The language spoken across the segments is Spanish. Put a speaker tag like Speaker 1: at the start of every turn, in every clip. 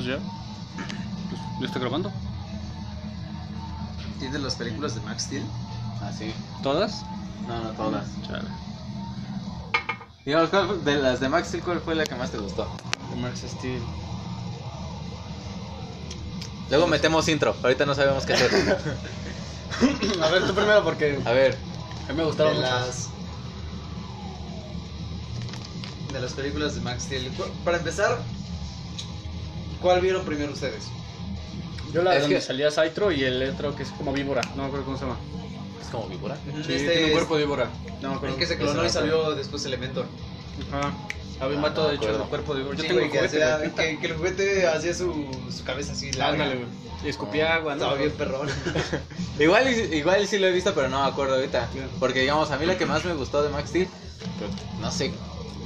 Speaker 1: ya. Pues, ¿Yo estoy grabando?
Speaker 2: ¿Tienes las películas de Max Steel?
Speaker 3: Ah, sí.
Speaker 1: ¿Todas?
Speaker 3: No, no todas.
Speaker 1: Chale.
Speaker 3: Digamos, ¿cuál fue- de las de Max Steel, ¿cuál fue la que más te gustó?
Speaker 1: Max Steel.
Speaker 3: Luego metemos intro, ahorita no sabemos qué hacer.
Speaker 1: A ver, tú primero porque
Speaker 3: A ver,
Speaker 1: a mí me
Speaker 2: De
Speaker 1: gustaron muchas.
Speaker 2: las. De las películas de Max Steel. Cu- Para empezar, ¿cuál vieron primero ustedes?
Speaker 1: Yo la
Speaker 3: Es
Speaker 1: donde
Speaker 3: que-
Speaker 1: salía Saitro y el otro que es como víbora. No me acuerdo cómo se llama.
Speaker 3: es como víbora.
Speaker 1: Sí,
Speaker 2: Este
Speaker 1: tiene un
Speaker 2: es
Speaker 1: cuerpo de víbora. No me
Speaker 2: el
Speaker 1: acuerdo.
Speaker 2: que se clonó
Speaker 3: Ese
Speaker 2: y salió después Elementor.
Speaker 1: Ajá. Había
Speaker 3: Ah,
Speaker 1: un
Speaker 3: no
Speaker 1: vato
Speaker 3: me
Speaker 1: de hecho
Speaker 3: acuerdo.
Speaker 1: de cuerpo de víbora. Yo
Speaker 2: Sí,
Speaker 1: tengo el
Speaker 2: güey, que,
Speaker 1: juguete.
Speaker 2: hacía-
Speaker 1: güey. Ah,
Speaker 2: que- que el juguete hacía su, su cabeza así larga.
Speaker 1: Ándale, güey. Y escupía agua, ¿no?
Speaker 2: Estaba bien perrón.
Speaker 3: Igual, igual sí lo he visto, pero no me acuerdo ahorita.
Speaker 1: Claro.
Speaker 3: Porque, digamos, a mí la que más me gustó de Max Steel, no sé,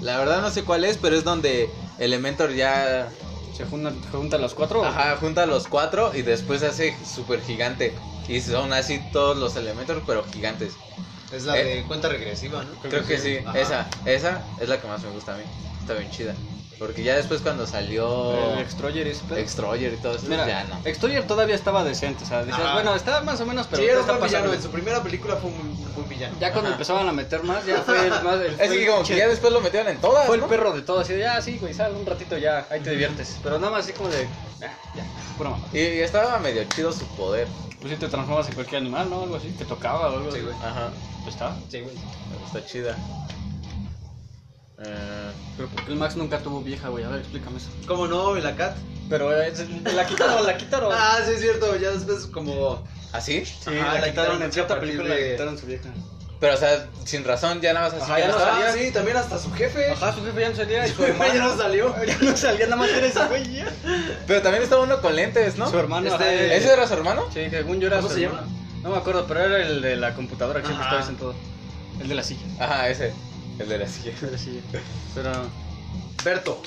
Speaker 3: la verdad no sé cuál es, pero es donde Elementor ya
Speaker 1: Se juntan, juntan las cuatro.
Speaker 3: ajá, junta a los cuatro y después hace super gigante. Y son así todos los Elementor, pero gigantes.
Speaker 2: Es la
Speaker 3: Eh.
Speaker 2: de cuenta regresiva, ¿no?
Speaker 3: Creo que sí,
Speaker 2: Ajá.
Speaker 3: esa, esa es la que más me gusta a mí. Está bien chida. Porque ya después cuando salió
Speaker 1: El Extroyer y ese pedo.
Speaker 3: Extroyer y todo eso,
Speaker 1: Mira,
Speaker 3: ya no.
Speaker 1: Extroyer todavía estaba decente, o sea, decías,
Speaker 2: Ajá.
Speaker 1: bueno, estaba más o menos, pero
Speaker 2: sí,
Speaker 1: ahorita
Speaker 2: era un
Speaker 1: está
Speaker 2: buen villano.
Speaker 1: pasable.
Speaker 2: En su primera película fue un buen- buen villano.
Speaker 1: Ya cuando
Speaker 3: Ajá.
Speaker 1: empezaban a meter más, ya fue el más. el-
Speaker 3: Es
Speaker 1: fue
Speaker 3: que
Speaker 1: el
Speaker 3: como
Speaker 1: pinche-
Speaker 3: que ya después lo metieron en todas,
Speaker 1: Fue el
Speaker 3: ¿no?
Speaker 1: perro de todo, así de, ah, sí, güey, sal un ratito ya, ahí te diviertes. Pero nada más así como de, ah, ya, pura mamá.
Speaker 3: Y, y estaba medio chido su poder.
Speaker 1: Pues si te transformas en cualquier animal, ¿no? Algo así, te tocaba o algo
Speaker 2: Sí,
Speaker 1: así.
Speaker 2: güey.
Speaker 3: Ajá.
Speaker 1: Pues está.
Speaker 2: Sí, güey.
Speaker 3: Está chida. Eh,
Speaker 1: Pero ¿por qué el Max nunca tuvo vieja, güey? A ver, explícame eso.
Speaker 2: ¿Cómo no? ¿Y la cat?
Speaker 1: Pero eh, se- la quitaron, la quitaron.
Speaker 2: Ah, sí, es cierto. Ya después, como.
Speaker 3: ¿Así?
Speaker 1: sí,
Speaker 2: ajá,
Speaker 1: la
Speaker 2: la
Speaker 1: quitaron
Speaker 2: quitaron
Speaker 1: en cierta
Speaker 2: a partir
Speaker 1: película,
Speaker 2: de-
Speaker 1: la quitaron su vieja.
Speaker 3: Pero, o sea, sin razón, ya nada más así.
Speaker 1: Ajá, ya no
Speaker 3: estaba.
Speaker 2: Ah,
Speaker 1: salía.
Speaker 2: sí, también hasta su jefe.
Speaker 1: Ajá, su jefe ya no salía y su
Speaker 2: Su hermano ya no
Speaker 1: hermano.
Speaker 2: salió.
Speaker 1: Ya no salía, nada más era ese güey, ya.
Speaker 3: Pero también estaba uno con lentes, ¿no?
Speaker 1: Su hermano.
Speaker 2: Este,
Speaker 1: ajá, era-
Speaker 3: ¿Ese era su hermano?
Speaker 1: Sí, que según yo era
Speaker 2: ¿Cómo
Speaker 1: su
Speaker 2: se
Speaker 1: hermano. No me acuerdo, pero era el de la computadora que siempre
Speaker 2: Ajá.
Speaker 1: estaba en todo. El de la silla.
Speaker 3: Ajá, ese. El de la silla.
Speaker 1: El de la silla. Pero.
Speaker 2: Berto.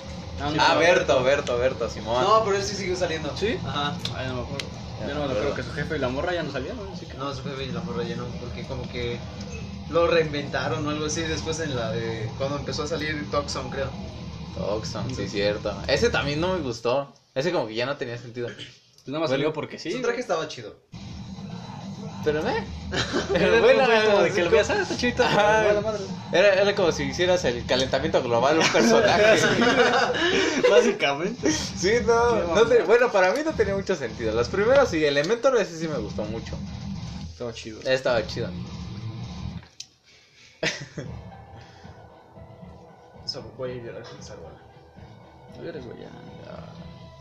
Speaker 3: Ah, Berto, Berto, Berto, Simón.
Speaker 2: No, pero él sí siguió saliendo.
Speaker 1: ¿Sí?
Speaker 2: Ajá.
Speaker 1: Ay, no me acuerdo.
Speaker 3: Ya
Speaker 1: Yo
Speaker 3: me
Speaker 1: no me acuerdo
Speaker 3: acuerdo.
Speaker 1: que su jefe y la morra ya no salían, ¿no? Así que
Speaker 2: No, su jefe y la morra ya no, porque como que lo reinventaron o algo así después en la de. Cuando empezó a salir Toxon, creo.
Speaker 3: Toxon, sí, cierto. Ese también no me gustó. Ese como que ya no tenía sentido.
Speaker 1: Pues nada más
Speaker 3: Bueno,
Speaker 1: salió porque sí.
Speaker 2: Su traje estaba chido.
Speaker 3: Pero, ¿eh?
Speaker 1: Pero
Speaker 3: bueno,
Speaker 1: bueno, como de
Speaker 3: sí,
Speaker 1: que lo
Speaker 3: como-
Speaker 1: veas, ah, está chidito. pero
Speaker 3: Ajá.
Speaker 1: bueno, madre.
Speaker 3: Era, era como si hicieras el calentamiento global a un personaje.
Speaker 1: Básicamente.
Speaker 3: Sí, no. no te- bueno, para mí no tenía mucho sentido. Los primeros sí, Elementor ese sí me gustó mucho.
Speaker 1: Todo chido.
Speaker 3: Estaba chido.
Speaker 2: Eso voy a llorar con esa bola.
Speaker 1: No eres, güey, ya.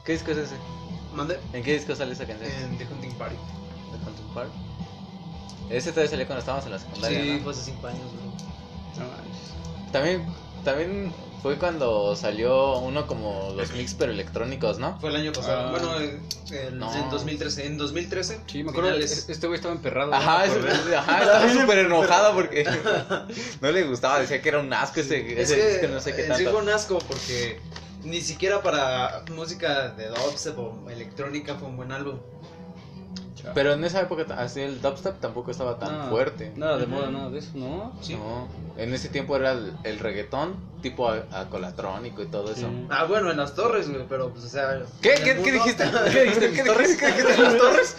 Speaker 3: ¿Qué disco es ese?
Speaker 2: ¿Mande?
Speaker 3: ¿En qué disco sale esa canción?
Speaker 2: En The Hunting Party.
Speaker 3: ¿De Quantum Park? Ese todavía salió cuando estábamos en la secundaria,
Speaker 2: Sí,
Speaker 3: ¿no?
Speaker 2: fue hace 5 años, güey.
Speaker 1: No manches.
Speaker 3: También, también fue cuando salió uno como los mix pero electrónicos, ¿no?
Speaker 2: Fue el año pasado.
Speaker 1: Ah.
Speaker 2: Bueno, eh, el-
Speaker 3: No.
Speaker 2: en 2013. En 2013.
Speaker 1: Sí, me acuerdo.
Speaker 2: finales-
Speaker 1: es- Este güey estaba emperrado.
Speaker 3: Ajá,
Speaker 1: ¿no?
Speaker 3: ese-
Speaker 1: Por ver.
Speaker 3: ajá, estaba súper enojado porque no le gustaba, decía que era un asco ese,
Speaker 2: Es
Speaker 3: ese
Speaker 2: que,
Speaker 3: disco, no sé qué
Speaker 2: en sí
Speaker 3: tanto.
Speaker 2: fue un asco porque ni siquiera para música de dubstep o electrónica fue un buen álbum.
Speaker 3: Pero en esa época ta- así el dubstep tampoco estaba tan
Speaker 1: Nada-
Speaker 3: fuerte.
Speaker 1: Nada de
Speaker 2: Ujú.
Speaker 1: moda, nada de eso, ¿no?
Speaker 2: sí.
Speaker 3: No, en ese tiempo era el, el reggaetón tipo a- acolatrónico y todo eso.
Speaker 1: Sí.
Speaker 2: Ah, bueno, en las torres, güey, pero pues, o sea.
Speaker 3: ¿Qué?
Speaker 2: en el
Speaker 3: ¿Qué, qué
Speaker 2: mundo-
Speaker 3: dijiste? ¿Qué dijiste? ¿Qué dijiste? ¿Qué dijiste? ¿Los Torres?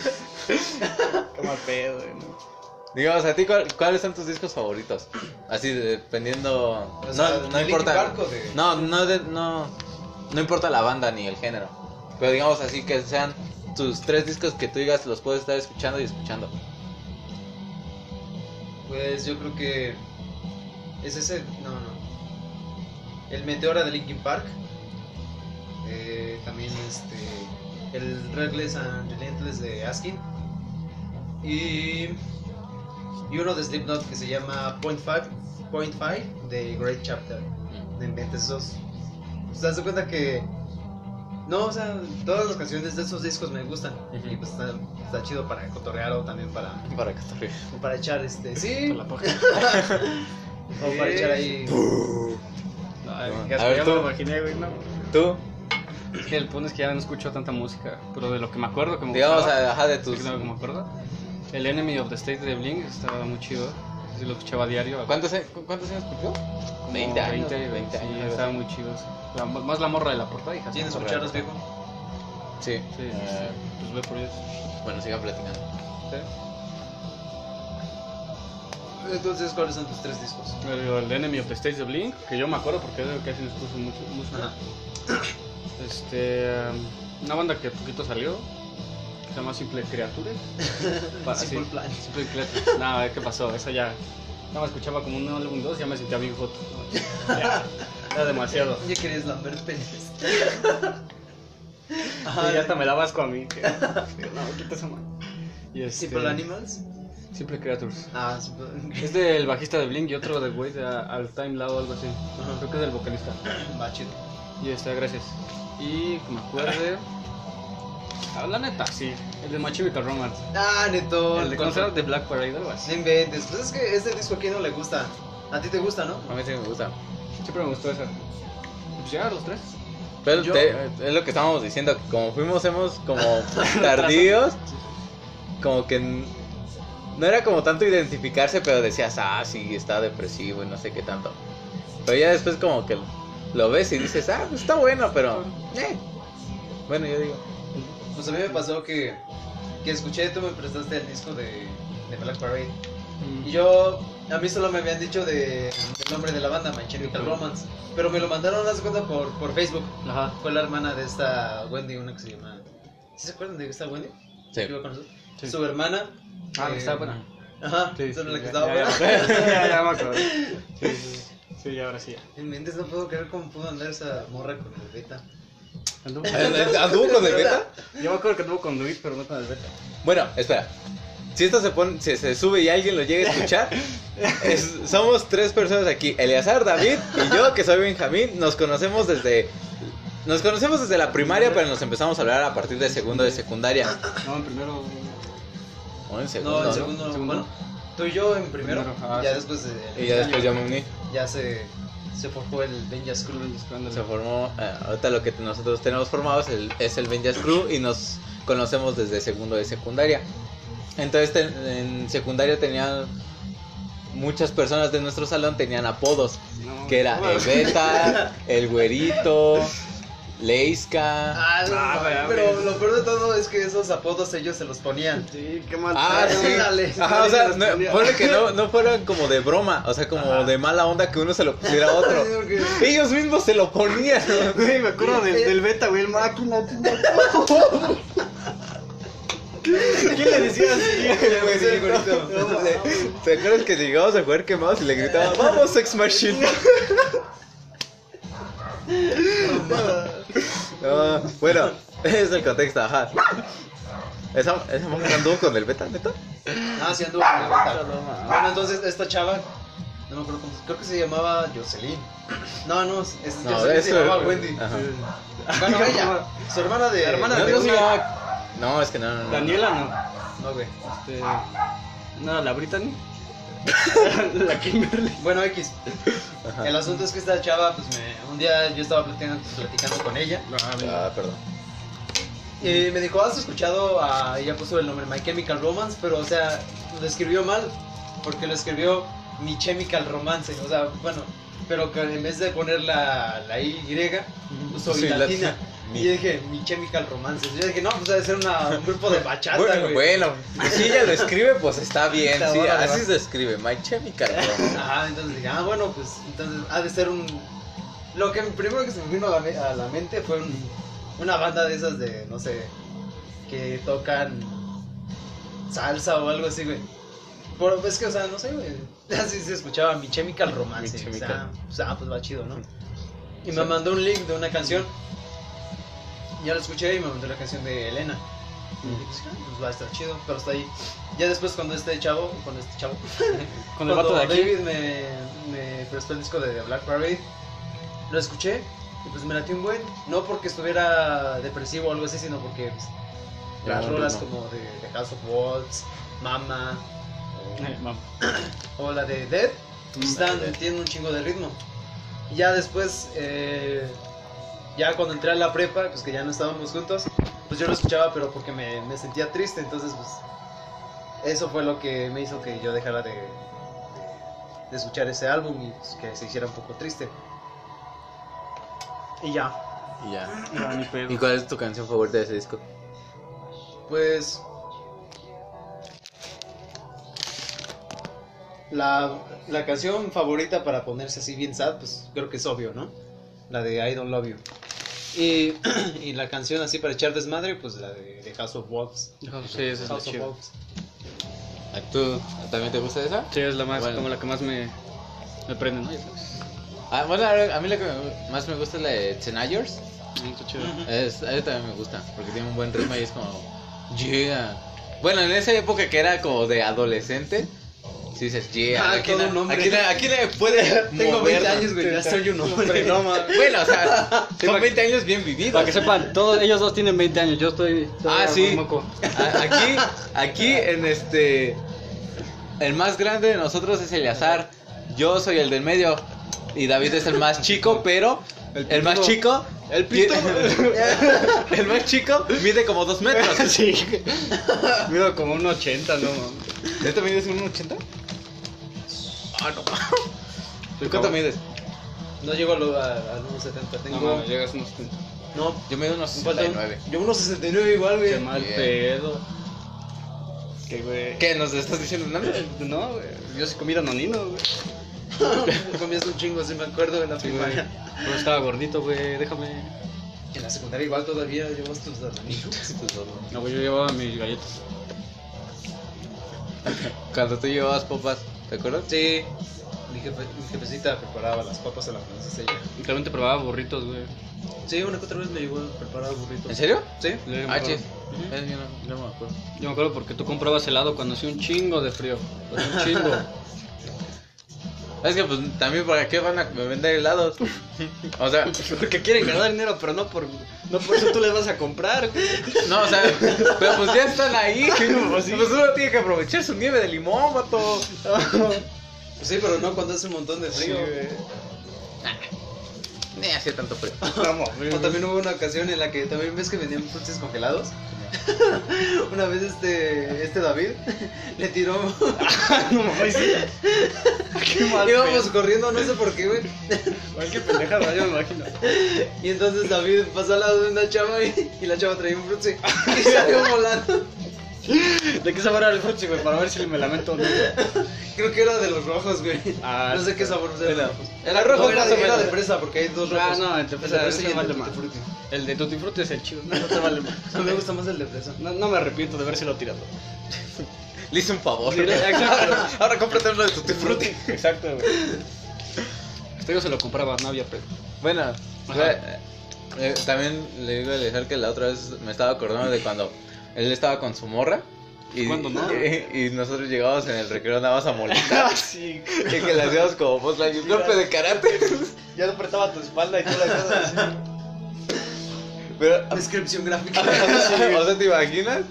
Speaker 1: Qué mal pedo, güey. ¿no?
Speaker 3: Digamos, ¿a ti cuál- cuáles son tus discos favoritos? Así, dependiendo...
Speaker 2: O sea,
Speaker 3: No, no
Speaker 2: Pues Linkin
Speaker 3: importa...
Speaker 2: Park o de-
Speaker 3: No, no, de- no... No importa la banda ni el género. Pero digamos así que sean tus tres discos que tú digas los puedes estar escuchando y escuchando.
Speaker 2: Pues yo creo que. Es ese. No, no. El Meteora de Linkin Park. Eh, también este. El Reckless and Relentless de Askin. Y. Y uno de Slipknot que se llama Point Five, Point Five de Great Chapter. No inventes esos. O sea, se cuenta que. No, o sea, todas las canciones de esos discos me gustan.
Speaker 3: Ujú.
Speaker 2: Y pues está, está chido para cotorrear o también para,
Speaker 3: Para que te ríes.
Speaker 2: para echar este. Sí,
Speaker 1: Por la paja.
Speaker 2: o para echar ahí.
Speaker 1: Ay,
Speaker 3: No,
Speaker 1: ya
Speaker 3: a
Speaker 1: sé,
Speaker 3: ver,
Speaker 1: ya
Speaker 3: tú.
Speaker 1: me lo imaginé, güey, no.
Speaker 3: ¿Tú?
Speaker 1: Es que el punto es que ya no escucho tanta música, pero de lo que me acuerdo, que me
Speaker 3: Digamos,
Speaker 1: gustaba,
Speaker 3: a- ajá, de
Speaker 1: sí,
Speaker 3: tus...
Speaker 1: de lo que me acuerdo, el Enemy of the State de Blink estaba muy chido, sí lo escuchaba a diario.
Speaker 3: ¿Cuántos, a- cu- ¿Cuántos años cumplió?
Speaker 1: Como
Speaker 3: 20 años.
Speaker 1: 20,
Speaker 3: 20
Speaker 1: sí,
Speaker 3: años.
Speaker 1: estaba muy chido. sí. La- más la morra de la portada, hija.
Speaker 2: ¿Tienes
Speaker 1: sí,
Speaker 2: escucharlos, viejo?
Speaker 3: Sí.
Speaker 1: Sí, sí,
Speaker 3: Eh,
Speaker 1: sí. Pues ve por ellos.
Speaker 3: Bueno, sigan platicando.
Speaker 2: Entonces, ¿cuáles son tus tres discos?
Speaker 1: El, el Enemy of the States of Link, que yo me acuerdo porque es el que casi nos puso mucho música.
Speaker 2: Ajá.
Speaker 1: Este, um, una banda que poquito salió, que se llama Simple Creatures. Pa-
Speaker 2: Simple
Speaker 1: sí,
Speaker 2: Plan.
Speaker 1: Simple Creatures. Nada, ¿qué pasó? Esa ya. Nada más escuchaba como un álbum dos y ya me sentía bien joto. No, ya, Era demasiado.
Speaker 2: Ya querías lamber penes. Ajá.
Speaker 1: Y ya hasta me daba asco a mí. que- no, quita esa mano. Y este,
Speaker 2: Simple Animals.
Speaker 1: Simple Creatures.
Speaker 2: Ah, Simple.
Speaker 1: Es del bajista de Blink y otro del güey de Al Time Loud o algo así. Creo que es del vocalista.
Speaker 2: Va chido.
Speaker 1: Y está, gracias. Y que me acuerde. Ah, la neta, sí. El de My Chemical Romance.
Speaker 2: Ah, neto.
Speaker 1: El de ¿cómo se llama? de Black Parade, algo así.
Speaker 2: No inventes. Pues es que este disco aquí no le gusta. A ti te gusta, ¿no?
Speaker 3: A mí sí me gusta.
Speaker 1: Siempre me gustó esa. Pues ya, los tres.
Speaker 3: Pero
Speaker 2: Yo-
Speaker 3: te- es lo que estábamos diciendo, que como fuimos hemos como tardíos, como que n- no era como tanto identificarse, pero decías, ah, sí, está depresivo y no sé qué tanto. Pero ya después como que lo ves y dices, ah, pues está bueno, pero... eh". Bueno, yo digo,
Speaker 2: Pues a mí me pasó que, que escuché, tú me prestaste el disco de, de Black Parade. Y yo, a mí solo me habían dicho de, del nombre de la banda, My Chemical Romance. Pero me lo mandaron, haz de cuenta, por, por Facebook.
Speaker 1: Ajá.
Speaker 2: Fue la hermana de esta Wendy, una que se llama. ¿Sí se acuerdan de esta Wendy?
Speaker 3: sí.
Speaker 2: Que iba con nosotros.
Speaker 1: Sí.
Speaker 2: Su hermana.
Speaker 1: Ah,
Speaker 2: eh,
Speaker 1: que está buena.
Speaker 2: Ajá, sobre la que estaba
Speaker 1: ya, ya,
Speaker 2: buena.
Speaker 1: ya, ya me acuerdo. Sí, sí, sí, ahora sí. ya.
Speaker 2: En mentes no puedo creer cómo pudo andar esa morra con el beta.
Speaker 1: Anduvo-
Speaker 3: ¿Anduvo con el beta?
Speaker 1: Yo me acuerdo que anduvo con Luis, pero no con el beta.
Speaker 3: Bueno, espera. Si esto se pone, si se sube y alguien lo llega a escuchar, es- somos tres personas aquí. Eleazar, David y yo, que soy Benjamín, nos conocemos desde. Nos conocemos desde la primaria, pero nos empezamos a hablar a partir de segundo de secundaria.
Speaker 1: No, en primero.
Speaker 3: O en segundo,
Speaker 2: No,
Speaker 3: ¿no?
Speaker 2: el segundo,
Speaker 1: Segundo.
Speaker 2: bueno. Tú y yo en primero,
Speaker 1: Primero, ah,
Speaker 2: y ya
Speaker 1: sí.
Speaker 2: después de,
Speaker 3: Y ya después yo me uní.
Speaker 2: ya se, se forjó el Benja's Crew.
Speaker 3: Se formó. eh, ahorita lo que nosotros tenemos formado es el, es el Benjas Crew y nos conocemos desde segundo de secundaria. Entonces ten- en secundaria tenían. Muchas personas de nuestro salón tenían apodos.
Speaker 1: No,
Speaker 3: Que era
Speaker 1: no,
Speaker 3: el Beta, el Güerito, Leiska.
Speaker 2: Ah, no,
Speaker 1: Ah, vaya,
Speaker 2: pero
Speaker 1: güey.
Speaker 2: lo peor de todo es que esos apodos ellos se los ponían.
Speaker 1: Sí, qué mal.
Speaker 3: Ah,
Speaker 1: pedo.
Speaker 3: sí.
Speaker 2: Ándale.
Speaker 3: Ajá, o sea, no,
Speaker 1: Ándale.
Speaker 3: ponle que no, no fueran como de broma, o sea, como
Speaker 1: Ajá.
Speaker 3: de mala onda que uno se lo pusiera a otro. Ellos mismos se lo ponían.
Speaker 1: Güey, me acuerdo del, del beta, güey, el máquina. tú, ¿Quién le decía así?
Speaker 2: el güerito.
Speaker 3: No, no sé. ¿Te acuerdas que llegamos a jugar quemados y le gritaban, vamos, Sex Machine? No, bueno, ese es el contexto, ajá. ¿Esa, esa mujer anduvo con el beta, neta?
Speaker 2: Ah, sí, anduvo con el beta. Bueno, entonces esta chava, no me acuerdo cómo, creo que se llamaba Jocelyn. No, no, es
Speaker 3: No,
Speaker 2: Jocelyn se
Speaker 3: eso-
Speaker 2: llamaba Wendy.
Speaker 3: Ajá.
Speaker 2: Bueno, ella, su hermana de...
Speaker 1: Hermana
Speaker 3: No,
Speaker 2: de
Speaker 3: no se
Speaker 2: una-
Speaker 3: llamaba- No, es que no, no, no.
Speaker 1: Daniela no.
Speaker 2: No, güey.
Speaker 1: Este. No, la Brittany. Este, la Kimberly.
Speaker 2: Bueno, X.
Speaker 3: Ajá.
Speaker 2: El asunto es que esta chava, pues me, un día yo estaba platicando, platicando con ella
Speaker 3: Ah, perdón.
Speaker 2: y me dijo, ¿has escuchado a... Ella puso el nombre My Chemical Romance, pero o sea, lo escribió mal porque lo escribió Mi Chemical Romance, o sea, bueno, pero que en vez de poner la, la Y, puso
Speaker 3: Sí,
Speaker 2: I
Speaker 3: la-
Speaker 2: latina.
Speaker 3: Mi-
Speaker 2: Y yo dije, Mi Chemical Romance. Yo dije, no, pues debe ser una- un grupo de bachata,
Speaker 3: Bueno,
Speaker 2: güey.
Speaker 3: bueno, si ella lo escribe, pues está bien.
Speaker 2: Está
Speaker 3: sí,
Speaker 2: bueno,
Speaker 3: así
Speaker 2: ¿no?
Speaker 3: se escribe, My Chemical Romance.
Speaker 2: Ajá, entonces dije, ah, bueno, pues entonces ha de ser un... Lo que primero que se me vino a la, me- a la mente fue un- una banda de esas de, no sé, que tocan salsa o algo así, güey. Pero es que, o sea, no sé, güey. Así se escuchaba mi Chemical Romance.
Speaker 3: Mi
Speaker 2: o sea,
Speaker 3: Chemical.
Speaker 2: pues, ah, pues va chido, ¿no? Y
Speaker 3: Sí.
Speaker 2: me mandó un link de una canción. Ya lo escuché y me mandó la canción de Elena. Y dije, pues, ah, pues va a estar chido, pero hasta ahí. Ya después cuando este chavo, cuando este chavo,
Speaker 1: Con el vato de aquí.
Speaker 2: David me, me prestó el disco de Black Parade, lo escuché y pues me latió un buen. No porque estuviera depresivo o algo así, sino porque pues,
Speaker 3: Ya,
Speaker 2: las
Speaker 3: un
Speaker 2: rolas
Speaker 3: ritmo.
Speaker 2: como de, de House of Waltz, Mama o-
Speaker 1: Eh, vamos.
Speaker 2: o, la de Dead pues,
Speaker 1: Mm,
Speaker 2: están,
Speaker 3: Dead.
Speaker 2: tienen un chingo de ritmo. Y ya después, eh, ya cuando entré a la prepa, pues que ya no estábamos juntos, pues yo lo escuchaba, pero porque me, me sentía triste, entonces pues eso fue lo que me hizo que yo dejara de, de escuchar ese álbum y pues, que se hiciera un poco triste. Y ya,
Speaker 3: Y ya.
Speaker 1: No, ni pedo.
Speaker 3: ¿Y cuál es tu canción favorita de ese disco?
Speaker 2: Pues. La, la canción favorita para ponerse así bien sad, pues creo que es obvio, ¿no? La de I Don't Love You. Y, y la canción así para echar desmadre, pues la de, de House of Wolves.
Speaker 1: Sí, esa es la
Speaker 2: House of
Speaker 1: chida.
Speaker 2: Wolves.
Speaker 3: ¿A ¿Tú también te gusta esa?
Speaker 1: Sí, es la más,
Speaker 3: Bueno.
Speaker 1: como la que más me, me prende, ¿no? Ya sabes.
Speaker 3: Ah, bueno, a a mí la que me- más me gusta es la de Tenayers.
Speaker 1: Sí, está chido.
Speaker 3: Es, a ella también me gusta, porque tiene un buen ritmo y es como. Yeah. Bueno, en esa época que era como de adolescente, si dices, yeah.
Speaker 2: Ah,
Speaker 3: aquí,
Speaker 2: todo
Speaker 3: na-
Speaker 2: un hombre.
Speaker 3: aquí, na- aquí nadie puede.
Speaker 2: Tengo 20
Speaker 3: movernos.
Speaker 2: años, güey, ya soy un hombre.
Speaker 1: no mames.
Speaker 3: Bueno, o sea,
Speaker 1: Sí,
Speaker 3: son
Speaker 1: para-
Speaker 3: 20 años bien vividos.
Speaker 1: Para que sepan, todos ellos dos tienen 20 años, yo estoy...
Speaker 3: Ah,
Speaker 1: todavía
Speaker 3: sí.
Speaker 1: moco.
Speaker 3: A- Aquí, aquí en este. El más grande de nosotros es Eleazar. Yo soy el del medio. Y David es el más chico, pero. El, más chico. El pito. El más chico mide como dos metros.
Speaker 1: sí. Mido como un 80, ¿no? mames.
Speaker 3: ¿Este mides un 80? Ah, no. ¿Tú cuánto mides?
Speaker 2: No llego a lo- a- a los 70, tengo.
Speaker 1: No, mames, llegas a unos 70.
Speaker 2: no,
Speaker 3: Yo mido unos
Speaker 2: me falta un-
Speaker 3: 69.
Speaker 2: Yo unos 69 igual, güey.
Speaker 1: Qué mal
Speaker 3: Bien.
Speaker 1: pedo. Qué güey. Eh,
Speaker 3: ¿Qué? ¿Nos estás diciendo nombres?
Speaker 1: No, güey. Yo sí comí danonino, güey.
Speaker 2: Comías un chingo, sí me acuerdo de la primaria.
Speaker 1: Pero estaba gordito, güey. Déjame.
Speaker 2: En la secundaria igual todavía llevas tus dananitos.
Speaker 1: No, güey, yo llevaba mis galletas.
Speaker 3: Cuando tú llevabas popas, ¿te acuerdas?
Speaker 2: Sí, mi, jefe- mi jefecita preparaba las papas a la francesa ella.
Speaker 1: Y también te probaba burritos, güey.
Speaker 2: Sí, una que otra vez me llegó a preparar burritos.
Speaker 3: ¿En serio?
Speaker 2: Sí.
Speaker 1: Le-
Speaker 3: Ah, chis.
Speaker 1: Ujú.
Speaker 3: Es que no- no me acuerdo.
Speaker 1: Yo me acuerdo porque tú comprabas helado cuando hacía un chingo de frío. Hacía un chingo.
Speaker 3: Es que pues también para qué van a vender helados. O sea,
Speaker 1: porque quieren ganar dinero, pero no por, no por eso tú les vas a comprar.
Speaker 3: no, o sea, pero pues ya están ahí. Pues uno tiene que aprovechar su nieve de limón, vato.
Speaker 2: Pues sí, pero no cuando hace un montón de frío.
Speaker 3: Ni hacía tanto frío.
Speaker 2: o también hubo una ocasión en la que también ves que vendían frutis congelados. una vez este, este David le tiró.
Speaker 1: no mames. Qué mal.
Speaker 2: Íbamos
Speaker 1: pedo.
Speaker 2: corriendo, no sé por qué, güey.
Speaker 1: Ay, qué pendejada, yo me imagino.
Speaker 2: Y entonces David pasó al lado de una chava y, y la chava traía un frutzi y salió volando.
Speaker 1: ¿De qué sabor era el frutzi, güey? Para ver si me lamento o no.
Speaker 2: Creo que era de los rojos, güey.
Speaker 1: Ah,
Speaker 2: no sé qué sabor
Speaker 1: era-
Speaker 2: era.
Speaker 1: era rojo,
Speaker 2: No, era,
Speaker 1: más o
Speaker 2: de, era
Speaker 1: menos.
Speaker 2: de fresa porque hay dos
Speaker 1: Ah,
Speaker 2: rojos.
Speaker 1: no, el de fresa,
Speaker 2: Era
Speaker 1: ese
Speaker 2: y el
Speaker 1: vale
Speaker 2: de
Speaker 1: más.
Speaker 2: tutti frutti.
Speaker 1: El de Tutti Frutti es el chido, no te vale más.
Speaker 2: No me gusta más el de fresa.
Speaker 1: No, no me arrepiento de habérselo tirado.
Speaker 3: Le hice un favor.
Speaker 1: Sí, exacto.
Speaker 3: Ahora, ahora cómprate uno de tutti frutti.
Speaker 1: Exacto, güey. Este yo se lo compraba, no había pedo.
Speaker 3: Bueno, güey, eh, también le digo a Eleazar que la otra vez me estaba acordando de cuando él estaba con su morra. Y,
Speaker 1: ¿Cuándo no?
Speaker 3: y, y nosotros llegábamos en el recreo nada más a molestar.
Speaker 1: sí.
Speaker 3: y que le hacíamos como pues la un golpe de karate.
Speaker 1: Ya no apretaba tu espalda y toda la cosa.
Speaker 3: Pero
Speaker 2: Descripción gráfica.
Speaker 3: o sea, ¿te imaginas?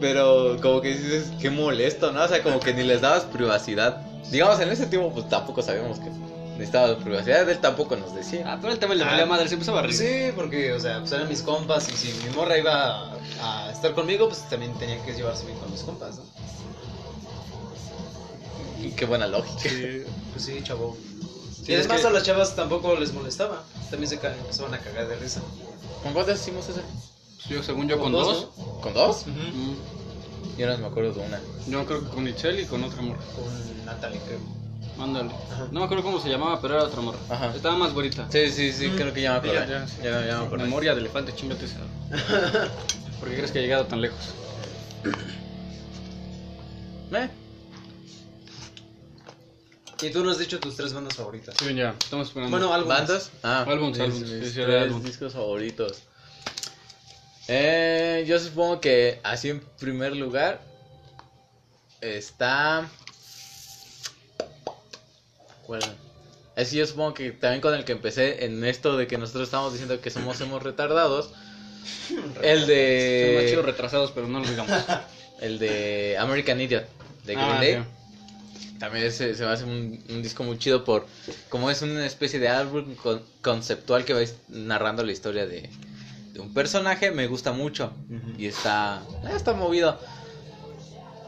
Speaker 3: Pero como que dices, qué molesto, ¿no? O sea, como que ni les dabas privacidad. Digamos, en ese tiempo, pues tampoco sabíamos que necesitábamos privacidad. Él tampoco nos decía.
Speaker 1: Ah, pero el tema le valía madre, se empezaba a reír.
Speaker 2: sí, porque, o sea, pues eran mis compas y si mi morra iba a, a estar conmigo, pues también tenía que llevarse bien con mis compas, ¿no?
Speaker 3: Y qué buena lógica.
Speaker 2: Pues sí, chavo.
Speaker 1: Sí,
Speaker 2: y
Speaker 1: es
Speaker 2: además
Speaker 1: que-
Speaker 2: a las chavas tampoco les molestaba. También se ca- empezaban a cagar de risa.
Speaker 3: ¿Con cuántas hicimos eso?
Speaker 1: Pues Yo, según yo, con,
Speaker 2: Con dos,
Speaker 1: dos.
Speaker 3: ¿Con dos?
Speaker 2: Ujú.
Speaker 1: Mm.
Speaker 3: Yo no me acuerdo de una.
Speaker 1: Yo creo que con Itzel y con otra morra.
Speaker 2: Con Natalie, creo.
Speaker 1: Mándale.
Speaker 2: Ajá.
Speaker 1: No me acuerdo cómo se llamaba, pero era otra morra.
Speaker 3: Ajá.
Speaker 1: Estaba más bonita.
Speaker 3: Sí, sí, sí,
Speaker 2: Mm,
Speaker 3: creo que ya me acuerdo.
Speaker 1: ya,
Speaker 3: Ya,
Speaker 1: ya,
Speaker 3: ya,
Speaker 1: sí.
Speaker 3: me acuerdo.
Speaker 1: Memoria de elefante, chingate esa. ¿Por qué crees que he llegado tan lejos?
Speaker 3: ¿Eh?
Speaker 2: Y tú nos has dicho tus tres bandas favoritas.
Speaker 1: Sí, ya. Estamos esperando.
Speaker 2: Bueno, algo.
Speaker 3: ¿Bandas? Ah,
Speaker 1: Álbums,
Speaker 3: mis-
Speaker 1: álbums,
Speaker 3: mis
Speaker 1: sí, sí, era
Speaker 3: tres
Speaker 1: álbum.
Speaker 3: discos favoritos. Eh, yo supongo que así en primer lugar está. ¿Cuál? Es que yo supongo que también con el que empecé en esto de que nosotros estábamos diciendo que somos hemos retardados.
Speaker 1: Son más
Speaker 3: El
Speaker 1: chidos
Speaker 3: de.
Speaker 1: retrasados, pero no los digamos.
Speaker 3: El de American Idiot de Green
Speaker 1: Ah,
Speaker 3: Day.
Speaker 1: ya.
Speaker 3: También se, se me hace un, un disco muy chido por como es una especie de álbum con- conceptual que va es- narrando la historia de, de un personaje, me gusta mucho
Speaker 2: Ujú.
Speaker 3: y está ah, está movido.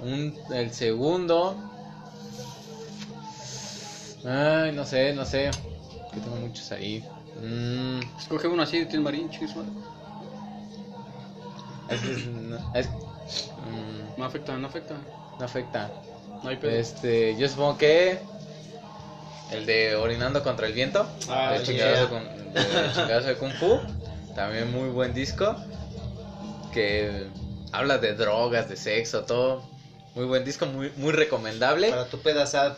Speaker 3: Un- el segundo Ay, no sé, no sé. que tengo muchos ahí. Mm,
Speaker 1: Escoge uno así de Tim Marín, chis, madre.
Speaker 3: es que es- no, es- mm,
Speaker 1: No afecta, no afecta.
Speaker 3: no afecta.
Speaker 1: No hay pedo.
Speaker 3: Este, yo supongo que el de Orinando contra el Viento,
Speaker 1: Ah,
Speaker 3: de,
Speaker 1: sí,
Speaker 3: chingadazo
Speaker 2: ya.
Speaker 3: con- de Chingadazo de Kung Fu, también muy buen disco, que habla de drogas, de sexo, todo. Muy buen disco, muy, muy recomendable,
Speaker 1: Ah.
Speaker 2: Para tu pedazad.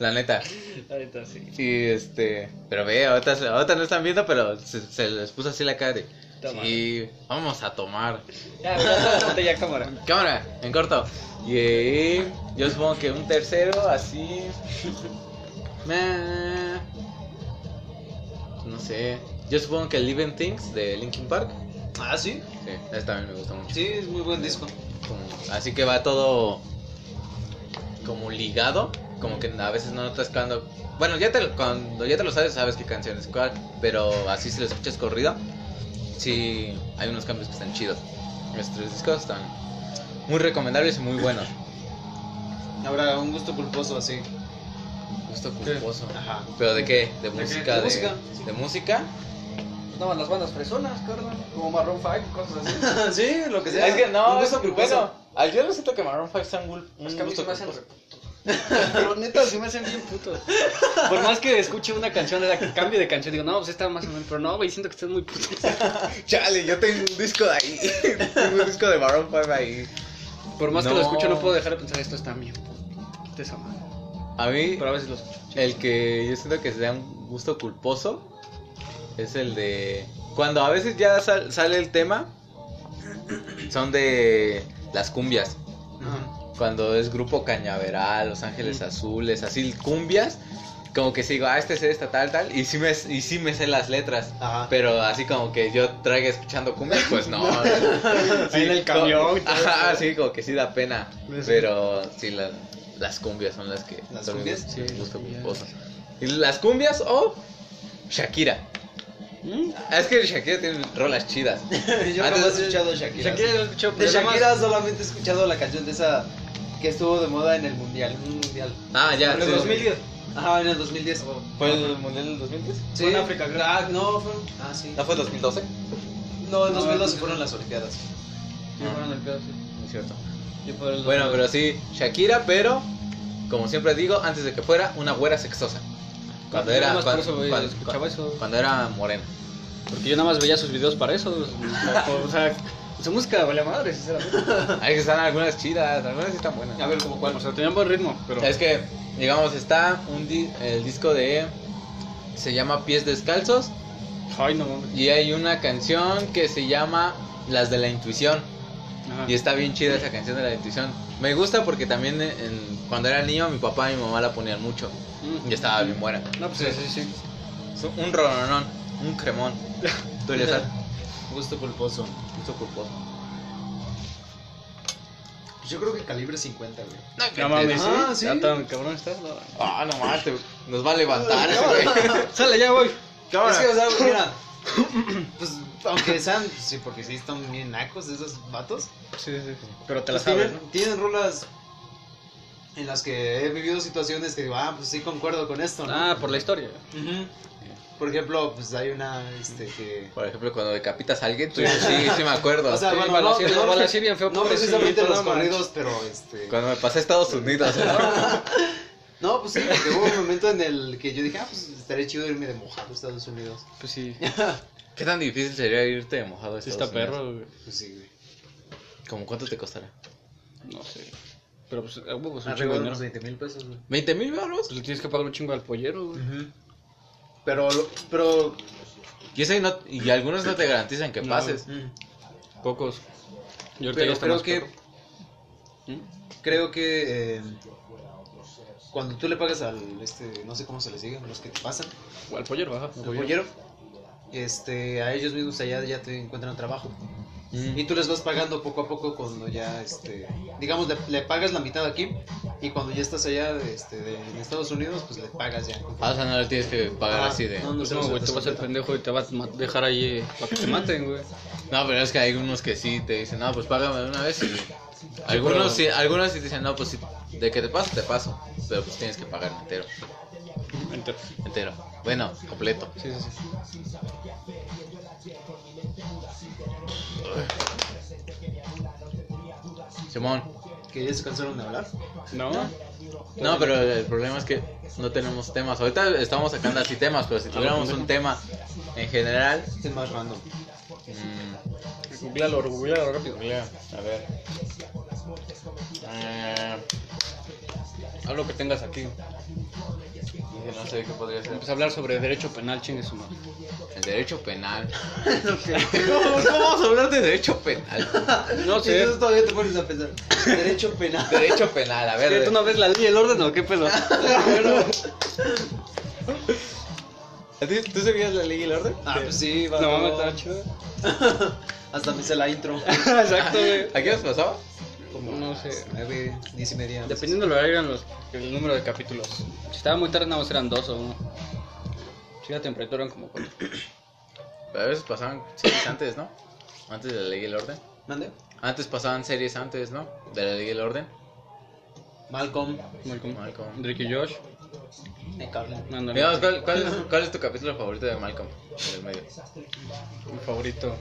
Speaker 3: la neta.
Speaker 1: Ahorita sí.
Speaker 3: Y este, pero ve, ahorita, se- ahorita no están viendo, pero se, se les puso así la cara de,
Speaker 1: Toma.
Speaker 3: sí, vamos a tomar.
Speaker 1: Ya, ya, ponte ya cámara.
Speaker 3: Cámara, en corto. Y eh, yo supongo que un tercero así. Meh. No sé. Yo supongo que Living Things de Linkin Park.
Speaker 2: Ah, sí.
Speaker 3: Sí, ese también me gusta mucho.
Speaker 2: Sí, es muy buen disco.
Speaker 3: Como- así que va todo como ligado. Como que a veces no notas cuando. Bueno, ya te, lo- cuando ya te lo sabes, sabes qué canción es cuál. Pero así si lo escuchas corrido, sí hay unos cambios que están chidos. Nuestros tres discos están muy recomendables y muy buenos.
Speaker 2: Habrá un gusto culposo así.
Speaker 3: Gusto culposo.
Speaker 2: Ajá.
Speaker 3: ¿Pero de qué? ¿De
Speaker 2: qué?
Speaker 3: música?
Speaker 2: De
Speaker 3: ¿De,
Speaker 2: música, sí.
Speaker 3: de música?
Speaker 4: No, las bandas fresonas, carnal. Como Marrón 5 y cosas así.
Speaker 2: sí, lo que sea.
Speaker 3: Es que
Speaker 2: Un
Speaker 3: no, es
Speaker 2: gusto
Speaker 3: que,
Speaker 2: culposo.
Speaker 3: bueno, al- yo lo siento que Maroon 5 son un, un
Speaker 4: Es que a mí
Speaker 3: gusto
Speaker 4: se me hacen
Speaker 3: culposo.
Speaker 4: Pero neta, se me hacen bien putos.
Speaker 1: Por más que escuche una canción, la que cambie de canción, digo, no, pues esta más o menos, pero no, güey, siento que estás muy puto.
Speaker 3: Chale, yo tengo un disco de ahí. tengo un disco de Maroon 5 ahí.
Speaker 1: Por más que
Speaker 3: No.
Speaker 1: lo escucho, no puedo dejar de pensar, esto está bien puto. Te esa madre.
Speaker 3: A mí,
Speaker 1: Pero a veces lo escucho. sí.
Speaker 3: el que yo siento que se da un gusto culposo es el de. Cuando a veces ya sal- sale el tema, son de las cumbias.
Speaker 1: Ajá.
Speaker 3: cuando es grupo cañaveral, Los Ángeles
Speaker 1: Mm.
Speaker 3: Azules, así cumbias, como que sigo, ah, este es esta, tal, tal, y sí me, y sí me sé las letras.
Speaker 2: Ajá.
Speaker 3: Pero así como que yo traiga escuchando cumbias, pues no.
Speaker 1: Ahí en el camión,
Speaker 3: co- Ajá, sí, como que sí da pena.
Speaker 1: Pues sí.
Speaker 3: Pero sí, la- las cumbias son las que...
Speaker 2: ¿Las
Speaker 3: son mi
Speaker 2: cumbias?
Speaker 3: gusto-
Speaker 1: Sí, las
Speaker 3: gusto
Speaker 1: cumbias.
Speaker 3: culposo. Y las cumbias o Shakira.
Speaker 1: ¿Mm?
Speaker 3: Ah, Es que Shakira tiene rolas chidas.
Speaker 2: Yo
Speaker 3: Antes-
Speaker 2: jamás he escuchado Shakira.
Speaker 1: Shakira lo escucho,
Speaker 2: De
Speaker 1: pero nada más-
Speaker 2: Shakira solamente he escuchado la canción de esa que estuvo de moda en el mundial. En un mundial.
Speaker 3: Ah, ya.
Speaker 1: En el
Speaker 3: sí.
Speaker 1: 2010.
Speaker 2: Ajá, en el 2010.
Speaker 3: ¿Fue el Mundial del 2010?
Speaker 2: Sí.
Speaker 1: Fue en África, creo.
Speaker 2: Ah, no, fue. Ah, sí.
Speaker 3: ¿No fue el 2012?
Speaker 2: No, en
Speaker 1: No,
Speaker 2: 2012
Speaker 1: no.
Speaker 2: fueron las Olimpiadas.
Speaker 1: Yo fueron al pedo, sí.
Speaker 3: No Ah, es cierto.
Speaker 1: Yo por el-
Speaker 3: Bueno, pero sí, Shakira, pero como siempre digo, antes de que fuera una güera sexosa. Cuando
Speaker 1: Yo
Speaker 3: era,
Speaker 1: nada más por
Speaker 3: cuando,
Speaker 1: eso, güey,
Speaker 3: cuando-
Speaker 1: escuchaba eso.
Speaker 3: cuando era morena.
Speaker 1: Porque yo nada más veía sus videos para eso. O sea, su música vale madre, sinceramente.
Speaker 3: Hay que están algunas chidas, algunas sí están buenas.
Speaker 2: A ver, ¿cómo cuál?
Speaker 1: O sea, tenían buen ritmo, pero.
Speaker 3: Es que, digamos, está un di- el disco de. Se llama Pies Descalzos.
Speaker 1: Ay, no mames.
Speaker 3: Y hay una canción que se llama Las de la Intuición.
Speaker 1: Ajá.
Speaker 3: Y está bien chida esa canción de la intuición. Me gusta porque también en- en- cuando era niño, mi papá y mi mamá la ponían mucho.
Speaker 1: Mm.
Speaker 3: Y estaba bien buena.
Speaker 1: No, pues sí, sí, sí.
Speaker 3: Es Un rolonón, un cremón. Tú, Eleazar.
Speaker 2: Gusto culposo.
Speaker 3: Gusto culposo.
Speaker 2: Yo creo que calibre 50, güey.
Speaker 1: No mames,
Speaker 2: Ah,
Speaker 1: sí.
Speaker 2: sí.
Speaker 1: Ya tan cabrón estás. no.
Speaker 3: Ah, no mames, te- nos va a levantar ese güey.
Speaker 1: Sale, ya voy.
Speaker 3: Cámara.
Speaker 2: Es que, o sea, mira. Pues, aunque sean. Sí, porque sí están bien nacos esos vatos.
Speaker 1: Sí, sí, sí. Pero te la
Speaker 2: pues
Speaker 1: sabes,
Speaker 2: tienen,
Speaker 1: ¿no?
Speaker 2: tienen rolas en las que he vivido situaciones que digo, ah, pues sí concuerdo con esto, ¿no?
Speaker 1: Ah, por la historia.
Speaker 2: Ujú. Por ejemplo, pues hay una este, que.
Speaker 3: Por ejemplo, cuando decapitas a alguien, tú dices, sí, sí me acuerdo.
Speaker 2: O sea,
Speaker 1: Sí,
Speaker 2: bueno,
Speaker 1: van a
Speaker 2: no,
Speaker 1: decir-
Speaker 2: no,
Speaker 1: van a decir bien feo,
Speaker 2: no
Speaker 1: pobrecito,
Speaker 2: precisamente los
Speaker 1: no manches.
Speaker 2: corridos, pero este.
Speaker 3: Cuando me pasé a Estados Unidos.
Speaker 2: No, pues sí, porque hubo un momento en el que yo dije, ah, pues estaría chido irme de mojado a Estados Unidos.
Speaker 1: Pues sí.
Speaker 3: ¿Qué tan difícil sería irte de mojado a
Speaker 1: Sí,
Speaker 3: Estados
Speaker 1: está
Speaker 3: Unidos?
Speaker 1: perro, güey.
Speaker 2: Pues sí, güey.
Speaker 3: ¿Cómo cuánto te costará?
Speaker 1: No sé. Pero pues, a huevo, es un chingo
Speaker 2: Arriba
Speaker 1: de
Speaker 2: de
Speaker 1: dinero.
Speaker 2: unos 20 mil pesos, güey.
Speaker 3: ¿20 mil baros?
Speaker 1: Pues le tienes que pagar un chingo al pollero, güey.
Speaker 2: Pero, lo- pero.
Speaker 3: Y, ese no, y algunos no te garantizan que
Speaker 1: No,
Speaker 3: pases.
Speaker 2: mm,
Speaker 1: Pocos. Y ahorita ya
Speaker 2: Pero
Speaker 1: está
Speaker 2: creo
Speaker 1: más
Speaker 2: que.
Speaker 1: perro. ¿Mm?
Speaker 2: Creo que. eh, cuando tú le pagas al. este No sé cómo se les diga, los que te pasan.
Speaker 1: O al pollero, ajá.
Speaker 2: al pollero. Este, a ellos mismos allá ya te encuentran trabajo.
Speaker 3: Mm.
Speaker 2: Y tú les vas pagando poco a poco cuando ya, este, digamos, le, le pagas la mitad aquí y cuando ya estás allá este, de, en Estados Unidos, pues le pagas ya.
Speaker 3: Ah, o sea, no le tienes que pagar
Speaker 2: Ah,
Speaker 3: así de...
Speaker 2: no, no.
Speaker 1: Pues no, güey, te vas al pendejo y te vas a ma- dejar ahí eh, para que te maten, güey.
Speaker 3: No, pero es que hay unos que sí te dicen, no, pues págame de una vez. y- Algunos, sí, algunos sí te dicen, no, pues sí, de que te paso, te paso. Pero pues tienes que pagar entero.
Speaker 1: Entero.
Speaker 3: entero. Bueno, completo.
Speaker 1: Sí, sí, sí.
Speaker 3: Simón.
Speaker 2: ¿Que ya se cansaron de hablar?
Speaker 1: ¿No?
Speaker 3: No, pero el problema es que no tenemos temas. Ahorita estamos sacando así temas, pero si tuviéramos un tema en general.
Speaker 2: Este es más random.
Speaker 3: mm,
Speaker 1: Googlealo, googlealo rápido. Googlea. A ver. Eh, algo que tengas aquí.
Speaker 3: no sé qué podría
Speaker 1: Empecé
Speaker 3: ser.
Speaker 1: a Pues hablar sobre derecho penal, chingue su madre.
Speaker 3: El derecho penal. ¿Cómo, cómo vamos a hablar de derecho penal?
Speaker 1: No
Speaker 2: Y
Speaker 1: sé.
Speaker 2: entonces todavía te pones a pensar. Derecho penal.
Speaker 3: Derecho penal, a ver.
Speaker 1: ¿Tú no ves la ley y el orden o qué pedo?
Speaker 3: ¿Tú, tú seguías la ley y el orden?
Speaker 2: Ah, pues sí,
Speaker 1: No
Speaker 2: vato.
Speaker 1: mames, está chido.
Speaker 2: Hasta me hice la intro.
Speaker 1: Exacto, güey.
Speaker 3: ¿A qué nos pasaba?
Speaker 2: Como
Speaker 1: No sé.
Speaker 2: Nueve, diez y media.
Speaker 1: Dependiendo del horario eran los, el número de capítulos. Si estaba muy tarde, nada más eran dos o uno. Si la temperatura eran como cuatro.
Speaker 3: Pero a veces pasaban series antes, ¿no? Antes de la ley y el orden.
Speaker 2: ¿Mande?
Speaker 3: Antes pasaban series antes, ¿no? De la ley y el orden.
Speaker 2: Malcolm.
Speaker 1: Malcolm.
Speaker 3: Malcolm.
Speaker 1: Drake y Josh.
Speaker 2: Me cable.
Speaker 1: Ándale.
Speaker 3: Digamos, ¿cuál, cuál es, cuál es tu capítulo favorito de Malcolm? En el medio.
Speaker 1: Mi favorito.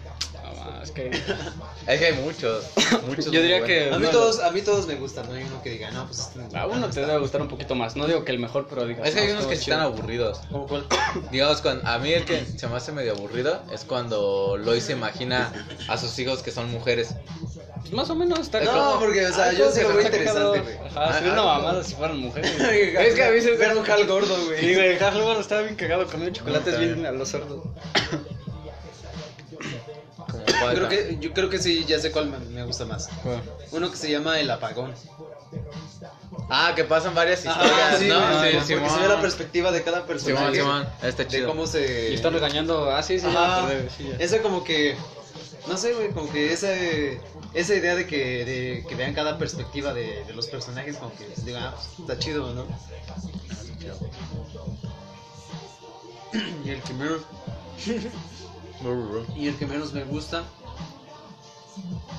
Speaker 1: Ah, es que.
Speaker 3: Es que hay muchos. muchos
Speaker 1: Yo
Speaker 3: muy
Speaker 1: diría
Speaker 3: buenos.
Speaker 1: que-
Speaker 2: A mí,
Speaker 1: No,
Speaker 2: todos, a mí todos me gustan, no hay uno que diga, no, pues este me gusta.
Speaker 1: A uno te debe gustar un poquito más. No digo que el mejor, pero digas.
Speaker 3: Es que hay
Speaker 1: "No,
Speaker 3: unos
Speaker 1: estuvo
Speaker 3: que sí
Speaker 1: chido".
Speaker 3: están aburridos.
Speaker 2: ¿Cómo cuál?
Speaker 3: Digamos, cuando- a mí el que se me hace medio aburrido es cuando Lois se imagina a sus hijos que son mujeres.
Speaker 1: Pues más o menos está
Speaker 2: No,
Speaker 1: como-
Speaker 2: porque, o sea,
Speaker 1: Algo
Speaker 2: yo sí
Speaker 1: que
Speaker 2: lo veo
Speaker 1: está
Speaker 2: interesante,
Speaker 1: cagado.
Speaker 2: güey.
Speaker 1: Ajá, sería una mamada si fueran mujeres.
Speaker 3: Es que a veces-
Speaker 2: Ver un Hal gordo,
Speaker 1: Sí,
Speaker 2: güey.
Speaker 1: güey, Hal Lugar estaba bien cagado comiendo chocolates
Speaker 3: está
Speaker 1: bien
Speaker 3: bien.
Speaker 1: a los cerdos.
Speaker 3: Como
Speaker 2: Creo
Speaker 3: falta.
Speaker 2: que, yo creo que sí, ya sé cuál me, me gusta más. Uno que se llama El Apagón.
Speaker 3: Ah, que pasan varias historias,
Speaker 2: Ah, sí,
Speaker 3: ¿no?
Speaker 2: güey, porque
Speaker 3: Simón.
Speaker 2: se ve la perspectiva de cada
Speaker 3: Simón,
Speaker 2: personaje.
Speaker 3: Simón, está
Speaker 2: De
Speaker 3: chido.
Speaker 2: cómo se...
Speaker 1: Y están regañando. Ah, sí, sí, ya me
Speaker 2: Ajá.
Speaker 1: acordé, sí, ya.
Speaker 2: Esa como que... No sé, güey, como que esa, esa idea de que, de que vean cada perspectiva de, de los personajes, como que digan, ah, pues, está chido, ¿no? Y el que menos, y el que menos me gusta,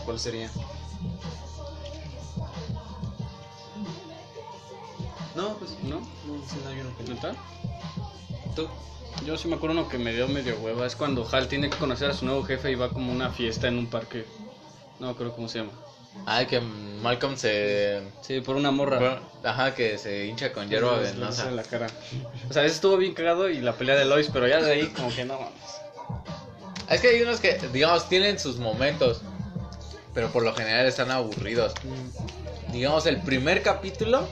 Speaker 2: ¿cuál sería? No, pues no,
Speaker 1: ¿No?
Speaker 2: no, sí, no hay uno que no.
Speaker 1: ¿Neta?
Speaker 2: ¿Tú?
Speaker 1: Yo sí me acuerdo uno que me dio medio hueva. Es cuando Hal tiene que conocer a su nuevo jefe y va como a una fiesta en un parque. No me acuerdo cómo se llama.
Speaker 3: Ah, que Malcolm se...
Speaker 1: Sí, por una morra.
Speaker 3: Ajá, que se hincha con hierba
Speaker 1: Le hace
Speaker 3: venenosa.
Speaker 1: la cara. O sea, ese estuvo bien cagado y la pelea de Lois, pero ya de ahí como que no mames.
Speaker 3: Es que hay unos que, digamos, tienen sus momentos, pero por lo general están aburridos. Digamos, el primer capítulo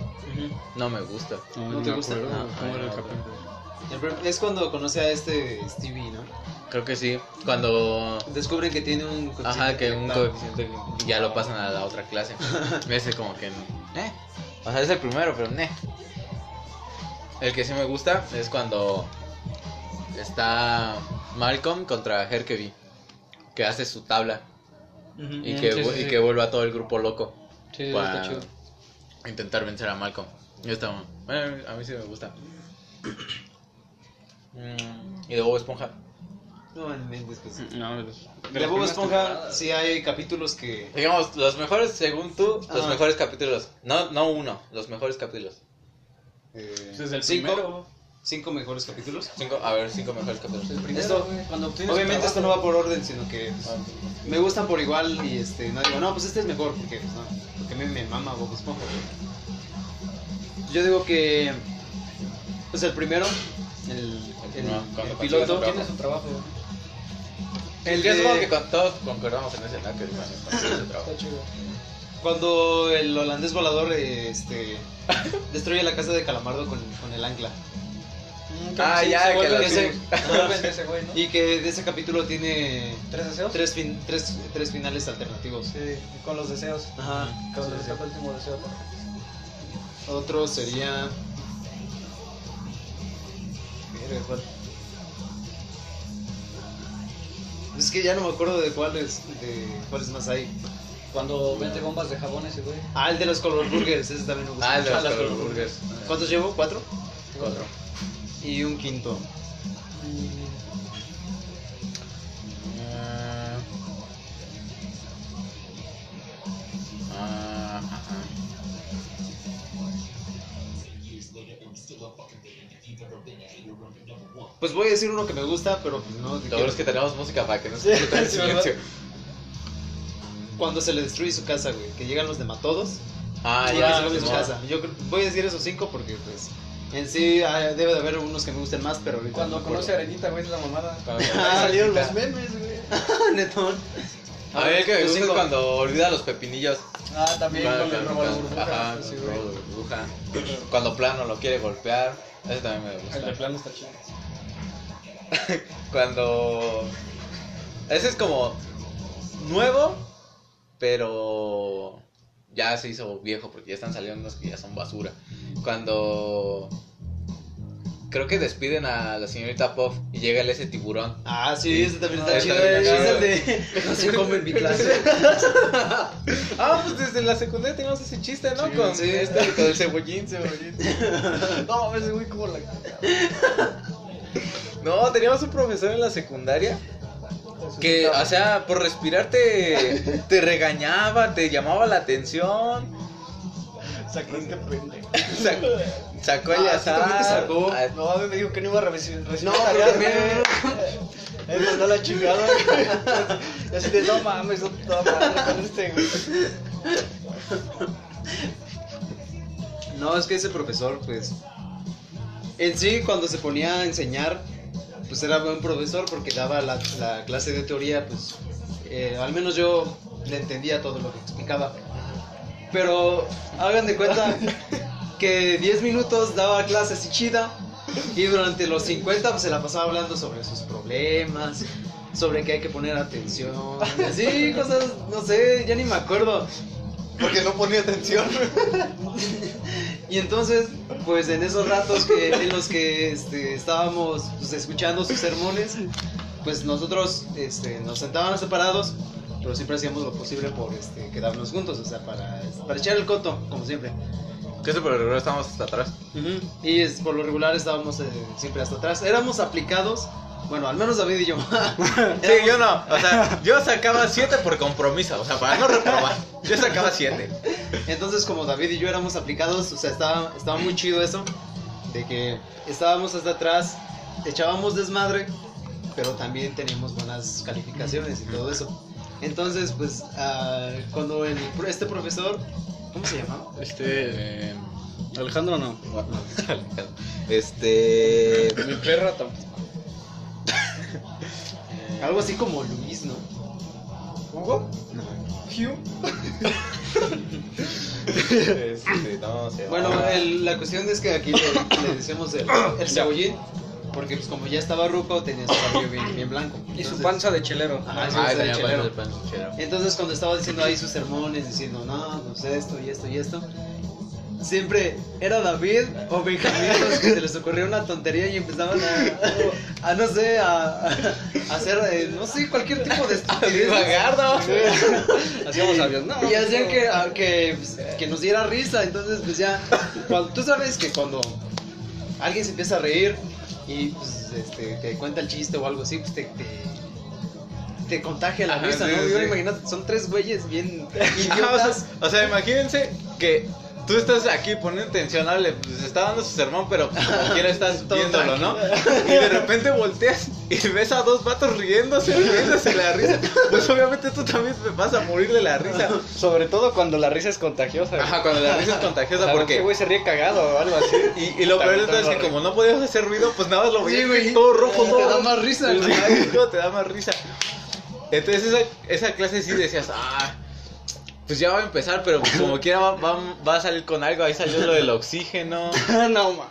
Speaker 3: no me gusta.
Speaker 1: No,
Speaker 2: ¿No
Speaker 1: me
Speaker 2: te gusta?
Speaker 1: acuerdo
Speaker 3: No,
Speaker 4: Ah,
Speaker 1: cómo era el
Speaker 3: no,
Speaker 1: capítulo.
Speaker 2: El prim- Es cuando conoce a este Stevie, ¿no?
Speaker 3: Creo que sí. Cuando...
Speaker 2: Descubren que tiene un
Speaker 3: Ajá, que un
Speaker 2: intelectual.
Speaker 3: coeficiente y ya lo pasan a la otra clase. Ese como que... Eh. O sea, es el primero, pero... Eh. El que sí me gusta es cuando está Malcolm contra Herkeby, que hace su tabla
Speaker 2: Ujú.
Speaker 3: y
Speaker 1: Mm,
Speaker 3: que,
Speaker 1: sí,
Speaker 3: vu-
Speaker 1: sí,
Speaker 3: y
Speaker 1: sí.
Speaker 3: que vuelve a todo el grupo loco.
Speaker 1: Sí, sí,
Speaker 3: para
Speaker 1: está chido.
Speaker 3: intentar vencer a Malcolm. Yo estaba, bueno, a mí sí me gusta. Y de Bob Esponja.
Speaker 2: No, en mente, pues.
Speaker 1: No, es-
Speaker 2: De Bob Esponja sí hay capítulos que...
Speaker 3: Digamos, los mejores, según tú, los
Speaker 2: Ah.
Speaker 3: mejores capítulos. No, no uno, los mejores capítulos.
Speaker 2: eh,
Speaker 1: es Pues, el
Speaker 2: cinco,
Speaker 1: primero.
Speaker 2: cinco mejores capítulos.
Speaker 3: Cinco, a ver, cinco mejores capítulos.
Speaker 2: Esto-
Speaker 4: cuando obtienes
Speaker 2: Obviamente
Speaker 4: un
Speaker 2: esto no
Speaker 4: trabajo.
Speaker 2: va por orden, sino que
Speaker 3: Ah,
Speaker 2: pues, me gustan por igual y este, no digo, no, pues este es mejor, porque pues no, porque me, me mama Bob Esponja. güey. Yo digo que, pues el primero, el, el-
Speaker 3: primero,
Speaker 2: el
Speaker 3: cuando
Speaker 2: piloto,
Speaker 3: consigues
Speaker 4: Tienes un trabajo.
Speaker 2: el
Speaker 3: Yo
Speaker 2: de-
Speaker 3: supongo que con todos concordamos en ese, ¿no? Que bueno, con ese trabajo.
Speaker 4: Está chido.
Speaker 2: cuando el holandés volador eh, este, destruye la casa de Calamardo con, con el ancla.
Speaker 1: Mm,
Speaker 3: Ah, ya, que
Speaker 4: que
Speaker 3: la-
Speaker 4: la ese,
Speaker 2: sí.
Speaker 4: se vuelven de ese güey, ¿no?
Speaker 2: Y que de ese capítulo tiene
Speaker 4: ¿Tres deseos?
Speaker 2: tres, fin- tres, tres finales alternativos.
Speaker 4: Sí, con los deseos.
Speaker 2: Ajá.
Speaker 4: Con el último deseo.
Speaker 2: Otro sería. Verga, ¿cuál? Es que ya no me acuerdo de cuáles de cuáles más hay.
Speaker 4: Cuando vende bombas de jabón ese güey.
Speaker 2: Ah, el de los color burgers, ese también me gusta.
Speaker 3: Ah, el de los
Speaker 2: las
Speaker 3: Color
Speaker 2: Color
Speaker 3: Burgers.
Speaker 2: ¿Cuántos llevo? ¿Cuatro?
Speaker 3: Cuatro.
Speaker 2: Y un quinto.
Speaker 3: Ah, ah, ah.
Speaker 2: Pues voy a decir uno que me gusta, pero pues no. de
Speaker 3: Lo
Speaker 2: que-
Speaker 3: bueno es que tenemos música para que no se escuche el
Speaker 2: sí, ¿verdad?
Speaker 3: silencio.
Speaker 2: Cuando se le destruye su casa, güey. Que llegan los dematodos.
Speaker 3: Ah,
Speaker 2: y
Speaker 3: ya,
Speaker 2: se destruye su
Speaker 3: Simón.
Speaker 2: casa. Yo creo- voy a decir esos cinco porque, pues. En sí, ah, debe de haber unos que me gusten más, pero ahorita.
Speaker 4: Cuando
Speaker 2: no me
Speaker 4: conoce a
Speaker 2: acuerdo.
Speaker 4: Arenita,
Speaker 2: Ah,
Speaker 4: güey, es la mamada.
Speaker 3: Cuando-
Speaker 4: Ahí salieron
Speaker 3: Arenita.
Speaker 4: los memes, güey.
Speaker 2: Netón.
Speaker 3: A mí el que me
Speaker 2: Los
Speaker 3: gusta es
Speaker 2: cinco.
Speaker 3: cuando olvida los pepinillos.
Speaker 4: Ah, también
Speaker 3: Cuando-
Speaker 4: con el robo de
Speaker 3: cuando-
Speaker 4: burbuja.
Speaker 3: Ajá,
Speaker 4: Ah, sí,
Speaker 3: el
Speaker 4: güey.
Speaker 3: robo de burbuja. Cuando plano lo quiere golpear. Ese también me gusta.
Speaker 4: El de plano está chido.
Speaker 3: Cuando. Ese es como. Nuevo, pero. Ya se hizo viejo porque ya están saliendo unos que ya son basura. Cuando. Creo que despiden a la señorita Puff y llega el ese tiburón.
Speaker 2: Ah, sí, ese también está
Speaker 3: Ah,
Speaker 2: chido.
Speaker 3: está bien
Speaker 2: eh,
Speaker 3: chido.
Speaker 2: Es el de. No se come en mi clase.
Speaker 3: Ah, pues desde la secundaria teníamos ese chiste, ¿no?
Speaker 2: Sí,
Speaker 3: con,
Speaker 2: sí.
Speaker 3: este, con el cebollín, cebollín.
Speaker 4: No, a veces, güey, como la.
Speaker 3: No, teníamos un profesor en la secundaria que,
Speaker 2: Ah,
Speaker 3: o sea, por respirar te, te regañaba, te llamaba la atención.
Speaker 4: Sacó este pendejo.
Speaker 3: Sac- sacó el
Speaker 2: Ah, ¿tú también
Speaker 3: azar.
Speaker 2: te sacó?
Speaker 3: Ah,
Speaker 4: No, a mí me dijo que no iba a recibir recibir
Speaker 2: No,
Speaker 4: tarea,
Speaker 2: pero
Speaker 4: güey.
Speaker 2: también.
Speaker 4: Él mandó la chingada, güey. Y así de, no mames, no no mames con este, güey.
Speaker 2: No, es que ese profesor, pues. En sí, cuando se ponía a enseñar, pues era buen profesor porque daba la, la clase de teoría, pues. eh, al menos yo le entendía todo lo que explicaba. Pero hagan de cuenta que 10 minutos daba clase así chida y durante los 50 pues, se la pasaba hablando sobre sus problemas, sobre que hay que poner atención, así cosas, no sé, ya ni me acuerdo.
Speaker 4: Porque no ponía atención.
Speaker 2: Y entonces, pues en esos ratos que, en los que este, estábamos pues, escuchando sus sermones, pues nosotros este, nos sentábamos separados, pero siempre hacíamos lo posible por este, quedarnos juntos, o sea, para, para echar el coto, como siempre.
Speaker 3: Que eso por el error estábamos hasta atrás.
Speaker 2: Y es, por lo regular estábamos eh, siempre hasta atrás. Éramos aplicados, bueno, al menos David y yo.
Speaker 3: Sí, yo no. O sea, yo sacaba 7 por compromiso. O sea, para no reprobar. Yo sacaba 7.
Speaker 2: Entonces, como David y yo éramos aplicados, o sea, estaba, estaba muy chido eso, de que estábamos hasta atrás, echábamos desmadre, pero también teníamos buenas calificaciones y todo eso. Entonces, pues, ah, cuando el, este profesor, ¿cómo se llamaba?
Speaker 1: Este. Alejandro no.
Speaker 3: Este.
Speaker 4: Mi perra tampoco.
Speaker 2: Algo así como Luis, ¿no?
Speaker 4: ¿Hugo?
Speaker 2: No.
Speaker 4: ¿Hugh?
Speaker 3: este, no, se
Speaker 2: Bueno,
Speaker 3: va.
Speaker 2: el- la cuestión es que aquí le, le decíamos el, el cebollín, porque pues como ya estaba ruco, tenía su cabello bien, bien blanco.
Speaker 4: Y su
Speaker 2: Entonces-
Speaker 4: panza de chelero.
Speaker 2: Ajá, sí,
Speaker 3: Ah,
Speaker 2: el
Speaker 3: tenía
Speaker 2: chelero.
Speaker 3: pan- pan chilero.
Speaker 2: Entonces cuando estaba diciendo ahí sus sermones, diciendo, no, pues esto y esto y esto, siempre era David o Benjamín los que se les ocurría una tontería y empezaban a, a, no sé, a, a hacer, eh, no sé, cualquier tipo de estupidez.
Speaker 3: Divagar, ¿no?
Speaker 4: Hacíamos avión. No,
Speaker 2: Y hacían que, a- que, pues, que nos diera risa, entonces pues ya, cuando- tú sabes que cuando alguien se empieza a reír y pues este, te cuenta el chiste o algo así, pues te... te te contagia la
Speaker 3: Ajá,
Speaker 2: risa,
Speaker 3: sí,
Speaker 2: ¿no?
Speaker 3: sí,
Speaker 2: Y ahora
Speaker 3: sí.
Speaker 2: imagínate, son tres güeyes bien
Speaker 3: Ah, o,
Speaker 2: idiotas.
Speaker 3: sea, o sea, imagínense que tú estás aquí poniendo atención, ah, le pues, está dando su sermón, pero pues, como quiera estás
Speaker 2: Todo
Speaker 3: viéndolo, ¿no? Y de repente volteas y ves a dos vatos riéndose, riéndose la risa. Pues obviamente tú también te vas a morir de la risa.
Speaker 4: Sobre todo cuando la risa es contagiosa.
Speaker 3: Ajá, cuando la risa es contagiosa,
Speaker 4: Ese
Speaker 3: porque.
Speaker 4: güey se ríe cagado o algo así.
Speaker 3: Y, y lo peor de todo es que como no podías hacer ruido, pues nada más lo
Speaker 2: Sí,
Speaker 3: veías
Speaker 2: güey.
Speaker 3: todo rojo,
Speaker 2: Te
Speaker 3: todo
Speaker 2: da
Speaker 3: rojo.
Speaker 2: más risa,
Speaker 3: Sí,
Speaker 2: güey.
Speaker 3: luego te da más risa. Entonces esa, esa clase sí decías, ah, pues ya va a empezar, pero como quiera va, va- va a salir con algo. Ahí salió lo del oxígeno.
Speaker 4: no, ma.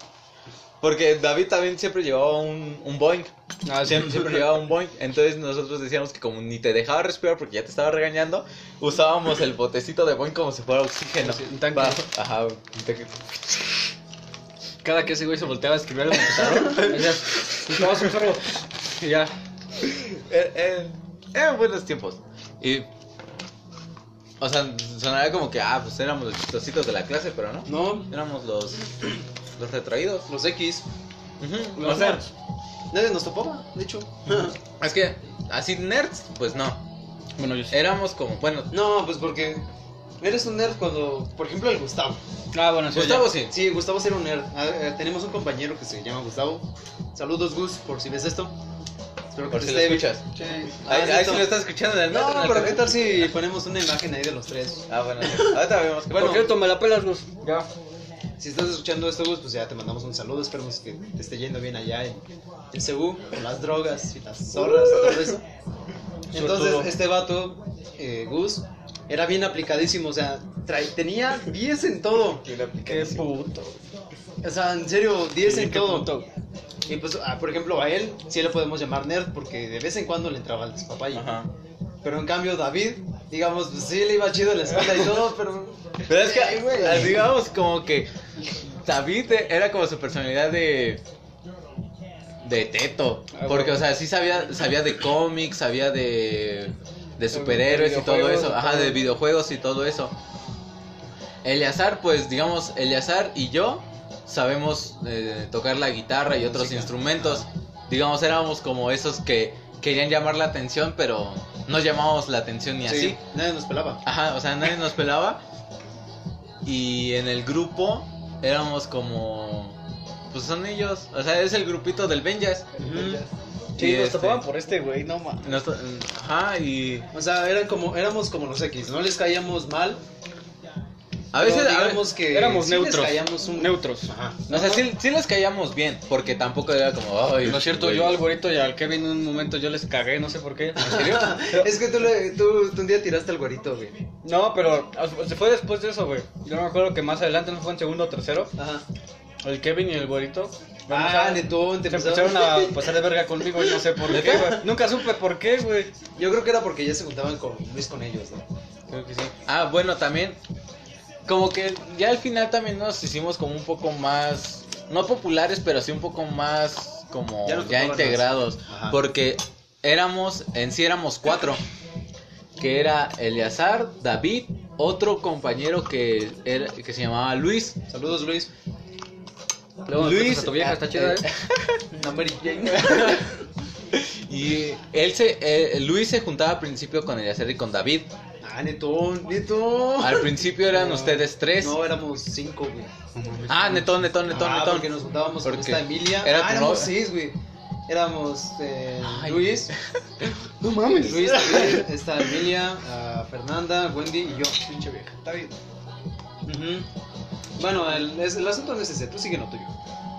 Speaker 3: Porque David también siempre llevaba un, un boing.
Speaker 2: Ah,
Speaker 3: siempre, siempre llevaba un boing. Entonces nosotros decíamos que como ni te dejaba respirar porque ya te estaba regañando, usábamos el botecito de boing como si fuera oxígeno.
Speaker 1: Como si- un tanque.
Speaker 3: Va- Ajá, un tanque.
Speaker 1: Cada que ese güey se volteaba a escribir en el pizarrón, decías, "Y todos un solo". Y ya.
Speaker 3: Eh, eh, eran buenos tiempos. Y. O sea, sonaba como que, ah, pues éramos los chistositos de la clase, pero no.
Speaker 2: No,
Speaker 3: Éramos los. Los retraídos.
Speaker 2: los X.
Speaker 3: Ujú,
Speaker 2: Los
Speaker 3: O sea,
Speaker 2: nerds. Nadie nos topaba, de hecho.
Speaker 3: es que así nerds, pues no.
Speaker 1: Bueno, yo sí.
Speaker 3: Éramos como, bueno,
Speaker 2: No, pues porque Eres un nerd cuando, por ejemplo, el Gustavo.
Speaker 1: Ah, bueno, sí.
Speaker 3: Gustavo,
Speaker 1: ya.
Speaker 3: sí.
Speaker 2: Sí, Gustavo era un nerd. Ah, eh, tenemos un compañero que se llama Gustavo. Saludos, Gus, por si ves esto. Espero que
Speaker 3: Por
Speaker 2: te
Speaker 3: si lo
Speaker 2: esté-
Speaker 3: escuchas.
Speaker 2: Sí.
Speaker 3: Ahí,
Speaker 2: Este, Ah,
Speaker 3: ahí
Speaker 2: sí,
Speaker 3: sí lo estás escuchando en el metro,
Speaker 2: No,
Speaker 3: en el
Speaker 2: pero ¿qué
Speaker 3: camión.
Speaker 2: tal si ponemos una imagen ahí de los tres?
Speaker 3: Ah, bueno. sí. Ahorita vemos.
Speaker 2: Bueno.
Speaker 1: Por cierto, me la pelas, Gus.
Speaker 2: Ya. Si estás escuchando esto, Gus, pues ya te mandamos un saludo. Esperemos que te esté yendo bien allá en, en Cebú, con las drogas y las zorras y todo eso. Entonces,
Speaker 1: Suertudo.
Speaker 2: este vato, eh, Gus, era bien aplicadísimo. O sea, tra- tenía 10 en todo.
Speaker 1: Qué puto.
Speaker 2: O sea, en serio, 10 en
Speaker 1: qué
Speaker 2: todo.
Speaker 1: puto.
Speaker 2: Y pues, ah, por ejemplo, a él sí le podemos llamar nerd porque de vez en cuando le entraba al despapalle.
Speaker 3: Ajá.
Speaker 2: Pero en cambio, David, digamos, pues sí le iba chido en la escuela y todo, pero.
Speaker 3: Pero es que,
Speaker 2: Ay, güey.
Speaker 3: ah, digamos, como que David era como su personalidad de. de teto.
Speaker 4: Ah,
Speaker 3: Porque,
Speaker 4: bueno.
Speaker 3: o sea, sí sabía, sabía de cómics, sabía de. de superhéroes y todo
Speaker 4: videojuegos,
Speaker 3: eso. Ajá,
Speaker 4: todo.
Speaker 3: de videojuegos y todo eso. Eleazar, pues, digamos, Eleazar y yo sabemos eh, tocar la guitarra y otros
Speaker 2: Música.
Speaker 3: instrumentos. Digamos, éramos como esos que querían llamar la atención, pero no llamábamos la atención ni
Speaker 2: sí,
Speaker 3: así.
Speaker 2: nadie nos pelaba.
Speaker 3: Ajá, o sea, nadie nos pelaba. Y en el grupo éramos como. Pues son ellos. O sea, es el grupito del Benjas.
Speaker 4: Sí,
Speaker 3: Y
Speaker 4: nos
Speaker 3: este-
Speaker 4: topaban por este güey, no mames.
Speaker 3: Nos- ajá, y.
Speaker 2: O sea, eran como, éramos como los X, no les caíamos mal.
Speaker 3: A veces.
Speaker 2: pero
Speaker 3: a ve-
Speaker 2: digamos que
Speaker 1: Éramos
Speaker 2: sí
Speaker 1: neutros.
Speaker 2: Les caíamos un
Speaker 1: Neutros.
Speaker 2: Ajá.
Speaker 3: o sea, sí, sí les caíamos bien. Porque tampoco era como. Ay,
Speaker 1: Lo cierto,
Speaker 3: güey".
Speaker 1: yo al Gorito y al Kevin en un momento yo les cagué, no sé por qué. ¿En serio?
Speaker 2: Es que tú, le- tú, tú un día tiraste al güerito, güey.
Speaker 1: No, pero ah, se fue después de eso, güey. Yo me acuerdo que más adelante, no fue en segundo o tercero,
Speaker 2: Ajá.
Speaker 1: el Kevin y el Gorito.
Speaker 2: Ah, netón, te
Speaker 1: Se
Speaker 2: empezaron-
Speaker 1: empezaron a pasar de verga conmigo y no sé por qué, güey. Nunca supe por qué, güey.
Speaker 2: Yo creo que era porque ya se juntaban con Luis con ellos, ¿no?
Speaker 1: Creo que sí.
Speaker 3: Ah, bueno, también. Como que ya al final también nos hicimos como un poco más. No populares, pero sí un poco más. Como
Speaker 2: Ya
Speaker 3: ya,
Speaker 2: nos tocaban más.
Speaker 3: integrados.
Speaker 2: Ajá.
Speaker 3: Porque éramos. En sí éramos cuatro. Que era Eleazar, David, otro compañero que, era- que se llamaba Luis.
Speaker 2: Saludos, Luis.
Speaker 1: Luego
Speaker 3: Luis,
Speaker 1: Luis, a tu vieja, está chida,
Speaker 3: eh,
Speaker 1: ¿eh?
Speaker 2: No, Mary Jane.
Speaker 3: Y él se, eh, Luis se juntaba al principio con Eleazar y con David.
Speaker 2: Ah, netón, netón.
Speaker 3: Al principio eran ustedes tres.
Speaker 2: No, éramos cinco, güey.
Speaker 3: ah, Netón, Netón, Netón,
Speaker 2: ah,
Speaker 3: Netón.
Speaker 2: porque nos juntábamos con
Speaker 3: Porque
Speaker 2: esta Emilia.
Speaker 3: era
Speaker 2: ah,
Speaker 3: tu
Speaker 2: éramos
Speaker 3: novia.
Speaker 2: seis, güey. Éramos eh,
Speaker 3: Ay.
Speaker 2: Luis,
Speaker 4: No mames.
Speaker 2: Luis también, esta Emilia, ah, Fernanda, Wendy y yo. Pinche vieja.
Speaker 4: Está bien.
Speaker 2: Bueno, el, es- el asunto no es ese, tú sigue lo tuyo.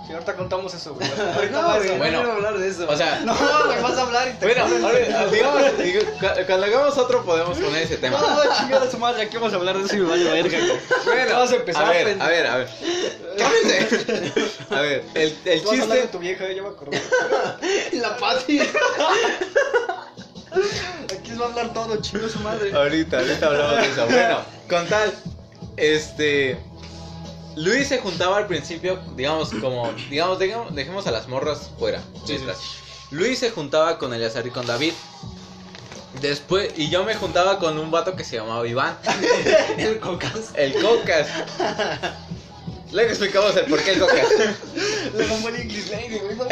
Speaker 4: Si ahorita contamos eso, güey.
Speaker 2: No,
Speaker 4: Ahorita
Speaker 2: no,
Speaker 4: vas,
Speaker 2: güey,
Speaker 3: Bueno,
Speaker 2: no quiero hablar de eso.
Speaker 3: o sea-
Speaker 2: no, güey, vas a hablar y te.
Speaker 3: Bueno, ahora, digamos, digo, cu- cuando hagamos otro podemos poner ese tema.
Speaker 4: No, no, chingada su madre, aquí vamos a hablar de eso y me vaya verga. güey.
Speaker 3: Bueno,
Speaker 4: Vamos a empezar,
Speaker 3: a ver,
Speaker 4: pendejo.
Speaker 3: a ver, a ver. Cálmense. A ver, el, el
Speaker 4: Tú vas a hablar de
Speaker 3: chiste.
Speaker 4: tu vieja, ya me acordé.
Speaker 2: La Pati.
Speaker 4: Aquí se va a hablar todo, chingo su madre.
Speaker 3: Ahorita, ahorita hablamos de eso. Bueno, con tal, este. Luis se juntaba al principio, digamos, como. Digamos, digamos, dejemos a las morras fuera. mientras. Luis se juntaba con Eleazar y con David. Después, y yo me juntaba con un vato que se llamaba Iván.
Speaker 2: El cocas.
Speaker 3: El Cocas. Luego explicamos el por qué el Cocas.
Speaker 4: Le mamó el English
Speaker 2: ¿eh?
Speaker 4: Lady, güey. No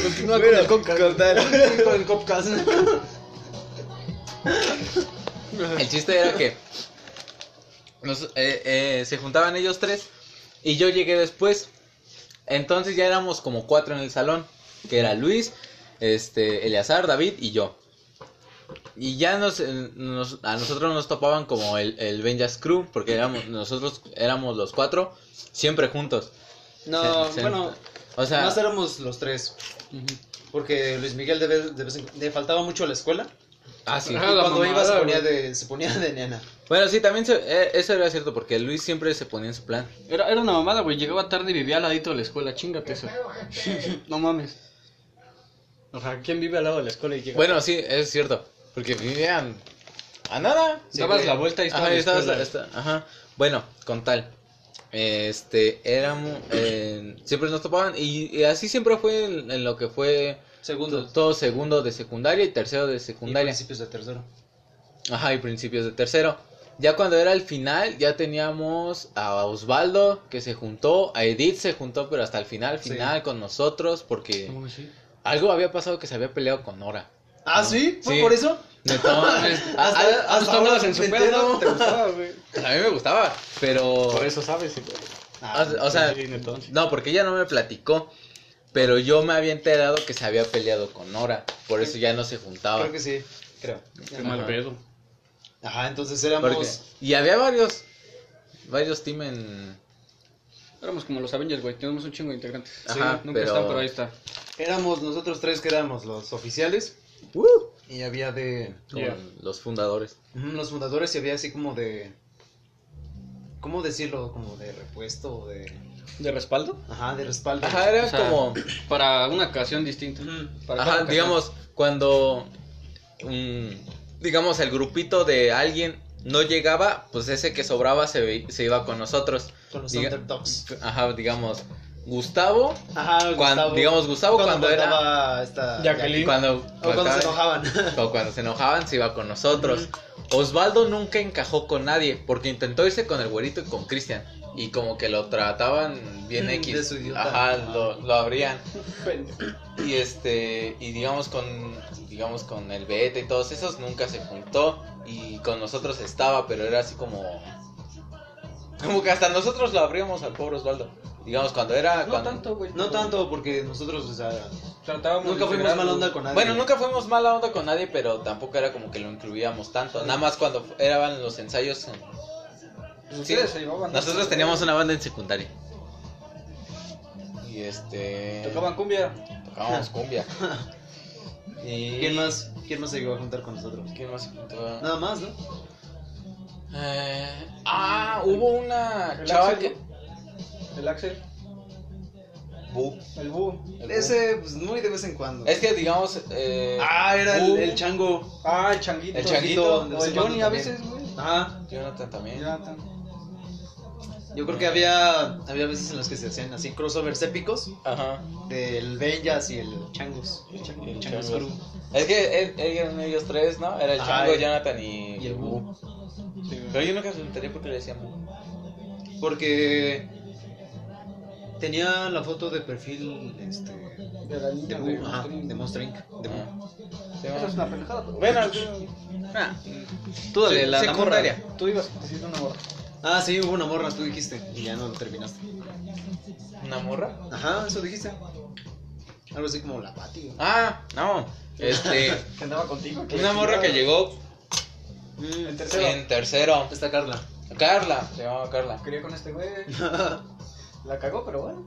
Speaker 4: Continúa con el Cocas.
Speaker 3: con tal.
Speaker 2: Con el cocas.
Speaker 3: El chiste era que nos- eh, eh, se juntaban ellos tres y yo llegué después. Entonces ya éramos como cuatro en el salón, que era Luis, este, Eleazar, David y yo. Y ya nos, eh, nos- a nosotros nos topaban como el, el Benjas Crew, porque éramos, nosotros éramos los cuatro siempre juntos.
Speaker 2: No,
Speaker 3: Se- se-
Speaker 2: bueno,
Speaker 3: O sea,
Speaker 2: más éramos los tres.
Speaker 1: Ujú.
Speaker 2: Porque Luis Miguel de vez- de vez en- le faltaba mucho a la escuela.
Speaker 3: ah, sí.
Speaker 2: Y
Speaker 1: Ah, la
Speaker 2: cuando
Speaker 1: mamada,
Speaker 2: iba se ponía,
Speaker 1: güey.
Speaker 2: de, se ponía de nena.
Speaker 3: Bueno, sí, también se- eh, eso era cierto, porque Luis siempre se ponía en su plan.
Speaker 1: Era, era una mamada, güey. Llegaba tarde y vivía al ladito de la escuela. Chingate eso. No mames. O sea, ¿quién vive al lado de la escuela y llega?
Speaker 3: Bueno, sí, es cierto. Porque vivían a nada.
Speaker 2: sí,
Speaker 1: dabas
Speaker 2: güey.
Speaker 1: la vuelta y estaba.
Speaker 3: Ajá,
Speaker 1: la
Speaker 3: estabas-
Speaker 1: escuela.
Speaker 3: esta- ajá. Bueno, con tal. Este, éramos. eh, siempre nos topaban. Y, y así siempre fue en, en lo que fue
Speaker 2: Segundo.
Speaker 3: todo segundo de secundaria y tercero de
Speaker 2: Y
Speaker 3: secundaria.
Speaker 2: principios de tercero.
Speaker 3: Ajá, y principios de tercero. Ya cuando era el final, ya teníamos a Osvaldo que se juntó, a Edith se juntó, pero hasta el final,
Speaker 2: Sí.
Speaker 3: final con nosotros, porque
Speaker 1: No mames, sí.
Speaker 3: Algo había pasado que se había peleado con Nora.
Speaker 2: ¿Ah, sí? ¿Fue
Speaker 3: Sí.
Speaker 2: por eso?
Speaker 3: No mames.
Speaker 2: Ah,
Speaker 3: A- a-
Speaker 2: ah,
Speaker 1: hasta ahora
Speaker 2: en su
Speaker 1: me
Speaker 2: pedo,
Speaker 1: entero.
Speaker 2: ¿no? Te gustaba, güey.
Speaker 3: a mí me gustaba, pero.
Speaker 1: Por eso sabes. sí, güey.
Speaker 3: Ah, o sea,
Speaker 1: sí, entonces.
Speaker 3: no, porque ella no me platicó. Pero yo me había enterado que se había peleado con Nora. Por eso ya no se juntaba.
Speaker 2: Creo que sí, creo.
Speaker 1: Qué mal
Speaker 3: Ajá.
Speaker 1: pedo.
Speaker 2: Ajá, entonces
Speaker 3: Porque-
Speaker 2: éramos...
Speaker 3: Y había varios. Varios team en.
Speaker 1: Éramos como los Avengers, güey. Tenemos un chingo de integrantes.
Speaker 3: Ajá,
Speaker 1: Nunca
Speaker 3: pero-
Speaker 1: están, pero ahí está.
Speaker 2: Éramos nosotros tres que éramos los oficiales
Speaker 3: ¡Uh!
Speaker 2: y había de...
Speaker 3: Como
Speaker 1: Yeah.
Speaker 3: los fundadores.
Speaker 2: Ujú, Los fundadores y había así como de... ¿Cómo decirlo? Como de repuesto o de...
Speaker 1: ¿De respaldo?
Speaker 2: Ajá, de respaldo.
Speaker 3: Ajá, era
Speaker 1: O sea,
Speaker 3: como.
Speaker 1: Para una ocasión distinta. Para cada
Speaker 3: Ajá,
Speaker 1: ocasión.
Speaker 3: digamos, cuando. mm, digamos, el grupito de alguien no llegaba, pues ese que sobraba se, ve- se iba con nosotros.
Speaker 2: Con los
Speaker 3: Diga-
Speaker 2: Underdogs.
Speaker 3: Ajá, digamos, Gustavo.
Speaker 2: Ajá,
Speaker 3: Cuando- digamos, Gustavo cuando era-
Speaker 2: faltaba Esta...
Speaker 1: Jacqueline.
Speaker 3: Cuando,
Speaker 2: O cuando se enojaban.
Speaker 3: o cuando se enojaban, se iba con nosotros. Osvaldo nunca encajó con nadie, porque intentó irse con el güerito y con Cristian. Y como que lo trataban bien
Speaker 2: Mm,
Speaker 3: X.
Speaker 2: de su idiota. Ah.
Speaker 3: Ajá, lo, lo abrían. Y este, y digamos con, digamos con el Beta y todos esos, nunca se juntó. Y con nosotros estaba, pero era así como. Como que hasta nosotros lo abríamos al pobre Osvaldo. Digamos, cuando era.
Speaker 1: No
Speaker 3: cuando-
Speaker 1: tanto, güey.
Speaker 2: No tanto porque nosotros, o sea,
Speaker 1: Tratábamos de
Speaker 2: nunca fuimos
Speaker 1: integrarnos.
Speaker 2: mala onda con nadie.
Speaker 3: Bueno, nunca fuimos mala onda con nadie, pero tampoco era como que lo incluíamos tanto. Nada más cuando fu- eran los ensayos. en-
Speaker 1: Pues ustedes se llevaban.
Speaker 3: Nosotros teníamos una banda en secundaria. Y este.
Speaker 1: Tocaban cumbia.
Speaker 3: Tocábamos cumbia. Y...
Speaker 2: ¿Quién más, ¿Quién más se llegó a juntar con nosotros?
Speaker 3: ¿Quién más se juntó?
Speaker 2: Nada más, ¿no?
Speaker 3: Eh, ah, hubo una
Speaker 1: El
Speaker 3: chava
Speaker 1: Axel,
Speaker 3: que.
Speaker 1: El Axel.
Speaker 3: Bu-
Speaker 1: El Búho.
Speaker 3: el Bu.
Speaker 2: Ese, pues muy de vez en cuando.
Speaker 3: Es que digamos. eh,
Speaker 2: Ah, era el,
Speaker 3: Bu,
Speaker 2: el chango.
Speaker 1: Ah, el Changuito.
Speaker 3: El Changuito.
Speaker 1: O el Johnny a veces, güey.
Speaker 2: Ajá.
Speaker 3: Jonathan también.
Speaker 1: Jonathan.
Speaker 2: Yo creo que había, había veces en las que se hacían así crossovers épicos
Speaker 3: Ajá.
Speaker 2: del Benjas y el Changos. El Chango, el Changos
Speaker 3: Changos.
Speaker 2: Crew.
Speaker 3: Es que él- eran ellos tres, ¿no? Era el
Speaker 2: Ajá,
Speaker 3: Chango,
Speaker 2: el-
Speaker 3: Jonathan y,
Speaker 2: y el Bu.
Speaker 1: Sí, güey.
Speaker 3: Pero yo nunca se enteré porque le decían Bu.
Speaker 2: Porque tenía la foto de perfil este,
Speaker 1: De la niña
Speaker 2: de
Speaker 1: de-
Speaker 2: Bu, ajá, de Monster Inc. De Bu.
Speaker 3: Ah. Sí,
Speaker 1: Esa es
Speaker 3: bueno.
Speaker 1: una pendejada, pero.
Speaker 3: Bueno,
Speaker 2: Ah,
Speaker 3: tú
Speaker 2: dale, la- la morra.
Speaker 3: secundaria.
Speaker 1: Tú ibas a decir una morra.
Speaker 2: Ah, sí, hubo una morra, tú dijiste. Y ya no lo terminaste.
Speaker 3: ¿Una morra?
Speaker 2: Ajá, eso dijiste. Algo así como la Pati. ¿no?
Speaker 3: Ah, no. Este,
Speaker 1: Que andaba contigo.
Speaker 3: una morra que llegó
Speaker 2: Mm,
Speaker 1: El tercero.
Speaker 3: en tercero.
Speaker 2: Está Carla.
Speaker 3: Carla, se llamaba Carla.
Speaker 1: Quería con este güey. La cagó, pero bueno.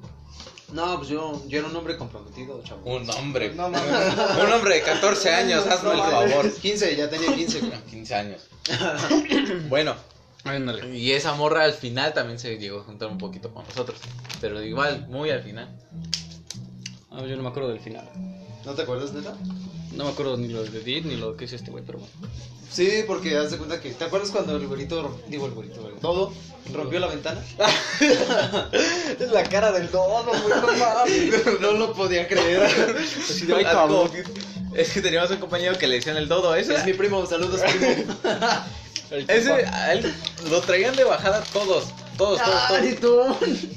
Speaker 2: No, pues yo, yo era un hombre comprometido, chavo.
Speaker 3: Un hombre.
Speaker 1: No mames.
Speaker 3: Un hombre de 14 años, hazme el favor.
Speaker 2: 15, ya tenía 15. güey.
Speaker 3: 15 años. Bueno,
Speaker 1: Ándale.
Speaker 3: y esa morra al final también se llegó a juntar un poquito con nosotros. Pero igual, muy al final.
Speaker 1: Ah, yo no me acuerdo del final.
Speaker 2: ¿No te acuerdas, neta?
Speaker 1: No me acuerdo ni lo de Did ni lo que es este güey, pero bueno.
Speaker 2: Sí, porque haz de cuenta que. ¿Te acuerdas cuando el güerito. rom- Digo, el güerito, el todo rompió la ventana?
Speaker 1: Es la cara del dodo, güey.
Speaker 2: no lo podía creer.
Speaker 3: Ah, como que- Es que teníamos un compañero que le decían el dodo, ese.
Speaker 2: Es mi primo, saludos, primo.
Speaker 3: Ese, a él lo traían de bajada todos. Todos, todos, todos.
Speaker 2: Ay, tú.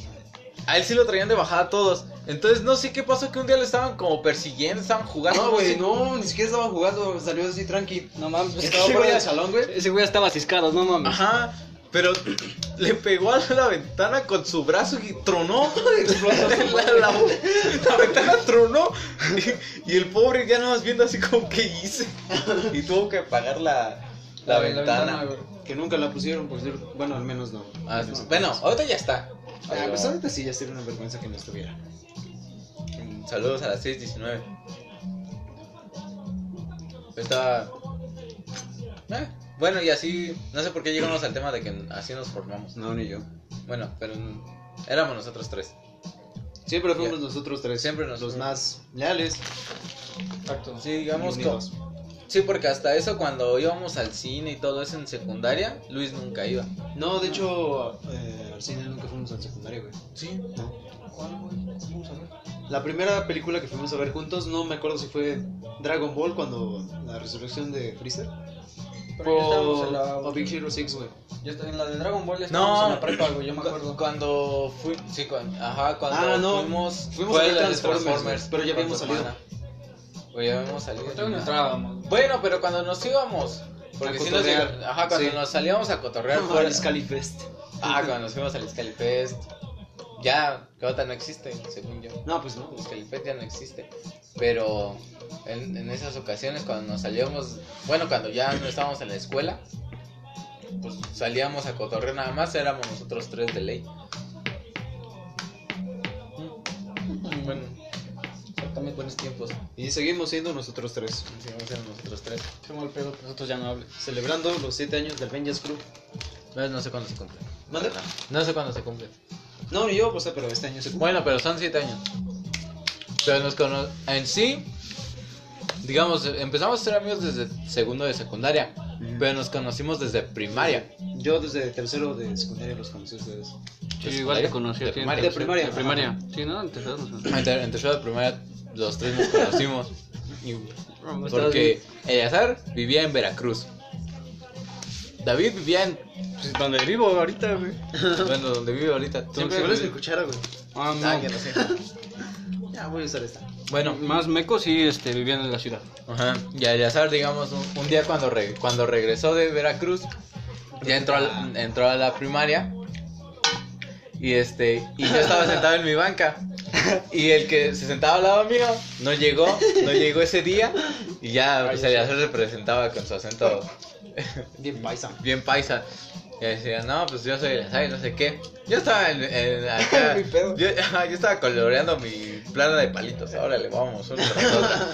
Speaker 3: A él sí lo traían de bajada todos. Entonces no sé qué pasó que un día lo estaban como persiguiendo, estaban jugando.
Speaker 2: No, güey,
Speaker 3: sé.
Speaker 2: no, ni siquiera estaba jugando, salió así tranqui.
Speaker 1: No mames,
Speaker 2: Es
Speaker 1: Pues estaba
Speaker 2: que
Speaker 1: fuera
Speaker 2: güey,
Speaker 1: del
Speaker 2: al
Speaker 1: salón.
Speaker 2: salón, güey.
Speaker 1: Ese güey estaba ciscado, no mames.
Speaker 3: Ajá. Pero le pegó a la ventana con su brazo y tronó.
Speaker 2: Explotó su
Speaker 3: La,
Speaker 2: madre.
Speaker 3: la- la ventana tronó. Y, y el pobre ya nada más viendo así como que hice. Y tuvo que apagar la, la ventana.
Speaker 1: güey.
Speaker 2: Que nunca la pusieron, por cierto. Bueno, al menos no.
Speaker 3: Ah,
Speaker 2: Al menos no.
Speaker 3: bueno, ahorita ya está.
Speaker 2: Ah, pues ahorita sí ya sería una vergüenza que no estuviera.
Speaker 3: Saludos a las 6.19. Está... Eh, bueno, y así... No sé por qué llegamos al tema de que así nos formamos.
Speaker 2: No, ni yo.
Speaker 3: Bueno, pero mm, éramos nosotros tres.
Speaker 2: Siempre fuimos
Speaker 3: Ya.
Speaker 2: nosotros tres.
Speaker 3: Siempre
Speaker 2: Los
Speaker 3: nosotros.
Speaker 2: más leales.
Speaker 1: Exacto.
Speaker 3: Sí, digamos
Speaker 2: y
Speaker 3: co-
Speaker 2: unidos.
Speaker 3: Sí, porque hasta eso cuando íbamos al cine y todo eso en secundaria, Luis nunca iba.
Speaker 2: No, de hecho, eh, al cine nunca fuimos al secundario, güey.
Speaker 3: Sí.
Speaker 2: No.
Speaker 1: ¿Cuál, güey? Vamos a ver.
Speaker 2: La primera película que fuimos a ver juntos, no me acuerdo si fue Dragon Ball cuando la resurrección de Freezer.
Speaker 1: Pero ya estábamos
Speaker 2: o,
Speaker 1: en la.
Speaker 2: o Big Hero 6, güey.
Speaker 1: Ya está- en la de Dragon Ball ya estábamos
Speaker 3: No,
Speaker 1: en la prepa, güey, yo me acuerdo.
Speaker 3: Cuando fui, sí, cuando, ajá, cuando
Speaker 2: Ah, no.
Speaker 3: fuimos,
Speaker 2: Fuimos
Speaker 3: fue
Speaker 2: a ver
Speaker 3: el de
Speaker 2: Transformers, pero ya
Speaker 3: con
Speaker 2: habíamos
Speaker 3: tu
Speaker 2: salido.
Speaker 3: hermana. O ya habíamos salido.
Speaker 5: Nosotros no entrábamos.
Speaker 3: Bueno, pero cuando nos íbamos. Porque
Speaker 2: A
Speaker 3: si nos
Speaker 2: cotorrear.
Speaker 3: iba- Ajá, cuando
Speaker 2: Sí.
Speaker 3: nos salíamos a cotorrear
Speaker 2: Al
Speaker 3: fuera.
Speaker 2: Scalifest.
Speaker 3: Ah, cuando nos fuimos al Scalifest. Ya, Cota no existe, según yo.
Speaker 2: No, pues no.
Speaker 3: El Scalifest ya no existe. Pero en, en esas ocasiones, cuando nos salíamos. Bueno, cuando ya no estábamos en la escuela. Pues salíamos a cotorrear nada más. Éramos nosotros tres de ley.
Speaker 2: Mm, Bueno,
Speaker 3: Exactamente buenos tiempos.
Speaker 2: y seguimos siendo nosotros tres.
Speaker 3: Seguimos siendo nosotros tres.
Speaker 1: Tengo el
Speaker 2: pues
Speaker 1: pedo, nosotros ya no hables.
Speaker 2: Celebrando los 7 años del Benjas Club.
Speaker 3: No, no sé cuándo se cumple.
Speaker 2: ¿Mande?
Speaker 3: No sé cuándo se cumple.
Speaker 2: No, ni yo, pues, pero este año se
Speaker 3: Bueno, pero son siete años. Pero nos cono- en sí, digamos, empezamos a ser amigos desde segundo de secundaria, pero nos conocimos desde primaria.
Speaker 2: Yo desde tercero de secundaria los conocí a ustedes.
Speaker 1: Sí, igual te conocí
Speaker 3: de
Speaker 1: a ti.
Speaker 3: primaria.
Speaker 2: De primaria.
Speaker 1: ¿eh? De primaria. Sí, no, antes de eso.
Speaker 3: En, ter- en tercero de primaria los tres nos conocimos
Speaker 1: No,
Speaker 3: porque Eleazar vivía en Veracruz. David vivía en
Speaker 1: Pues donde vivo ahorita, güey.
Speaker 3: bueno, donde vive ahorita. Tú-
Speaker 1: Siempre-
Speaker 2: ¿Cuál es mi cuchara, güey?
Speaker 1: Ah, no.
Speaker 3: Ah, que no sé.
Speaker 2: Ya voy a usar esta.
Speaker 3: Bueno,
Speaker 1: Más meco sí este, vivían en la ciudad.
Speaker 3: Ajá. Y Eleazar, digamos, un, un día cuando, re- cuando regresó de Veracruz, ya entró a, la- entró a la primaria. Y este, y yo estaba sentado en mi banca. Y el que se sentaba al lado mío no llegó, no llegó ese día. Y ya pues, Eleazar se presentaba con su acento
Speaker 2: Bien paisa.
Speaker 3: bien paisa. Y decía, no, pues yo soy Eleazar y no sé qué. Yo estaba en, en- acá-
Speaker 4: Mi pedo.
Speaker 3: yo, ajá, yo estaba coloreando mi plana de palitos. Órale, vamos, uno tras otro.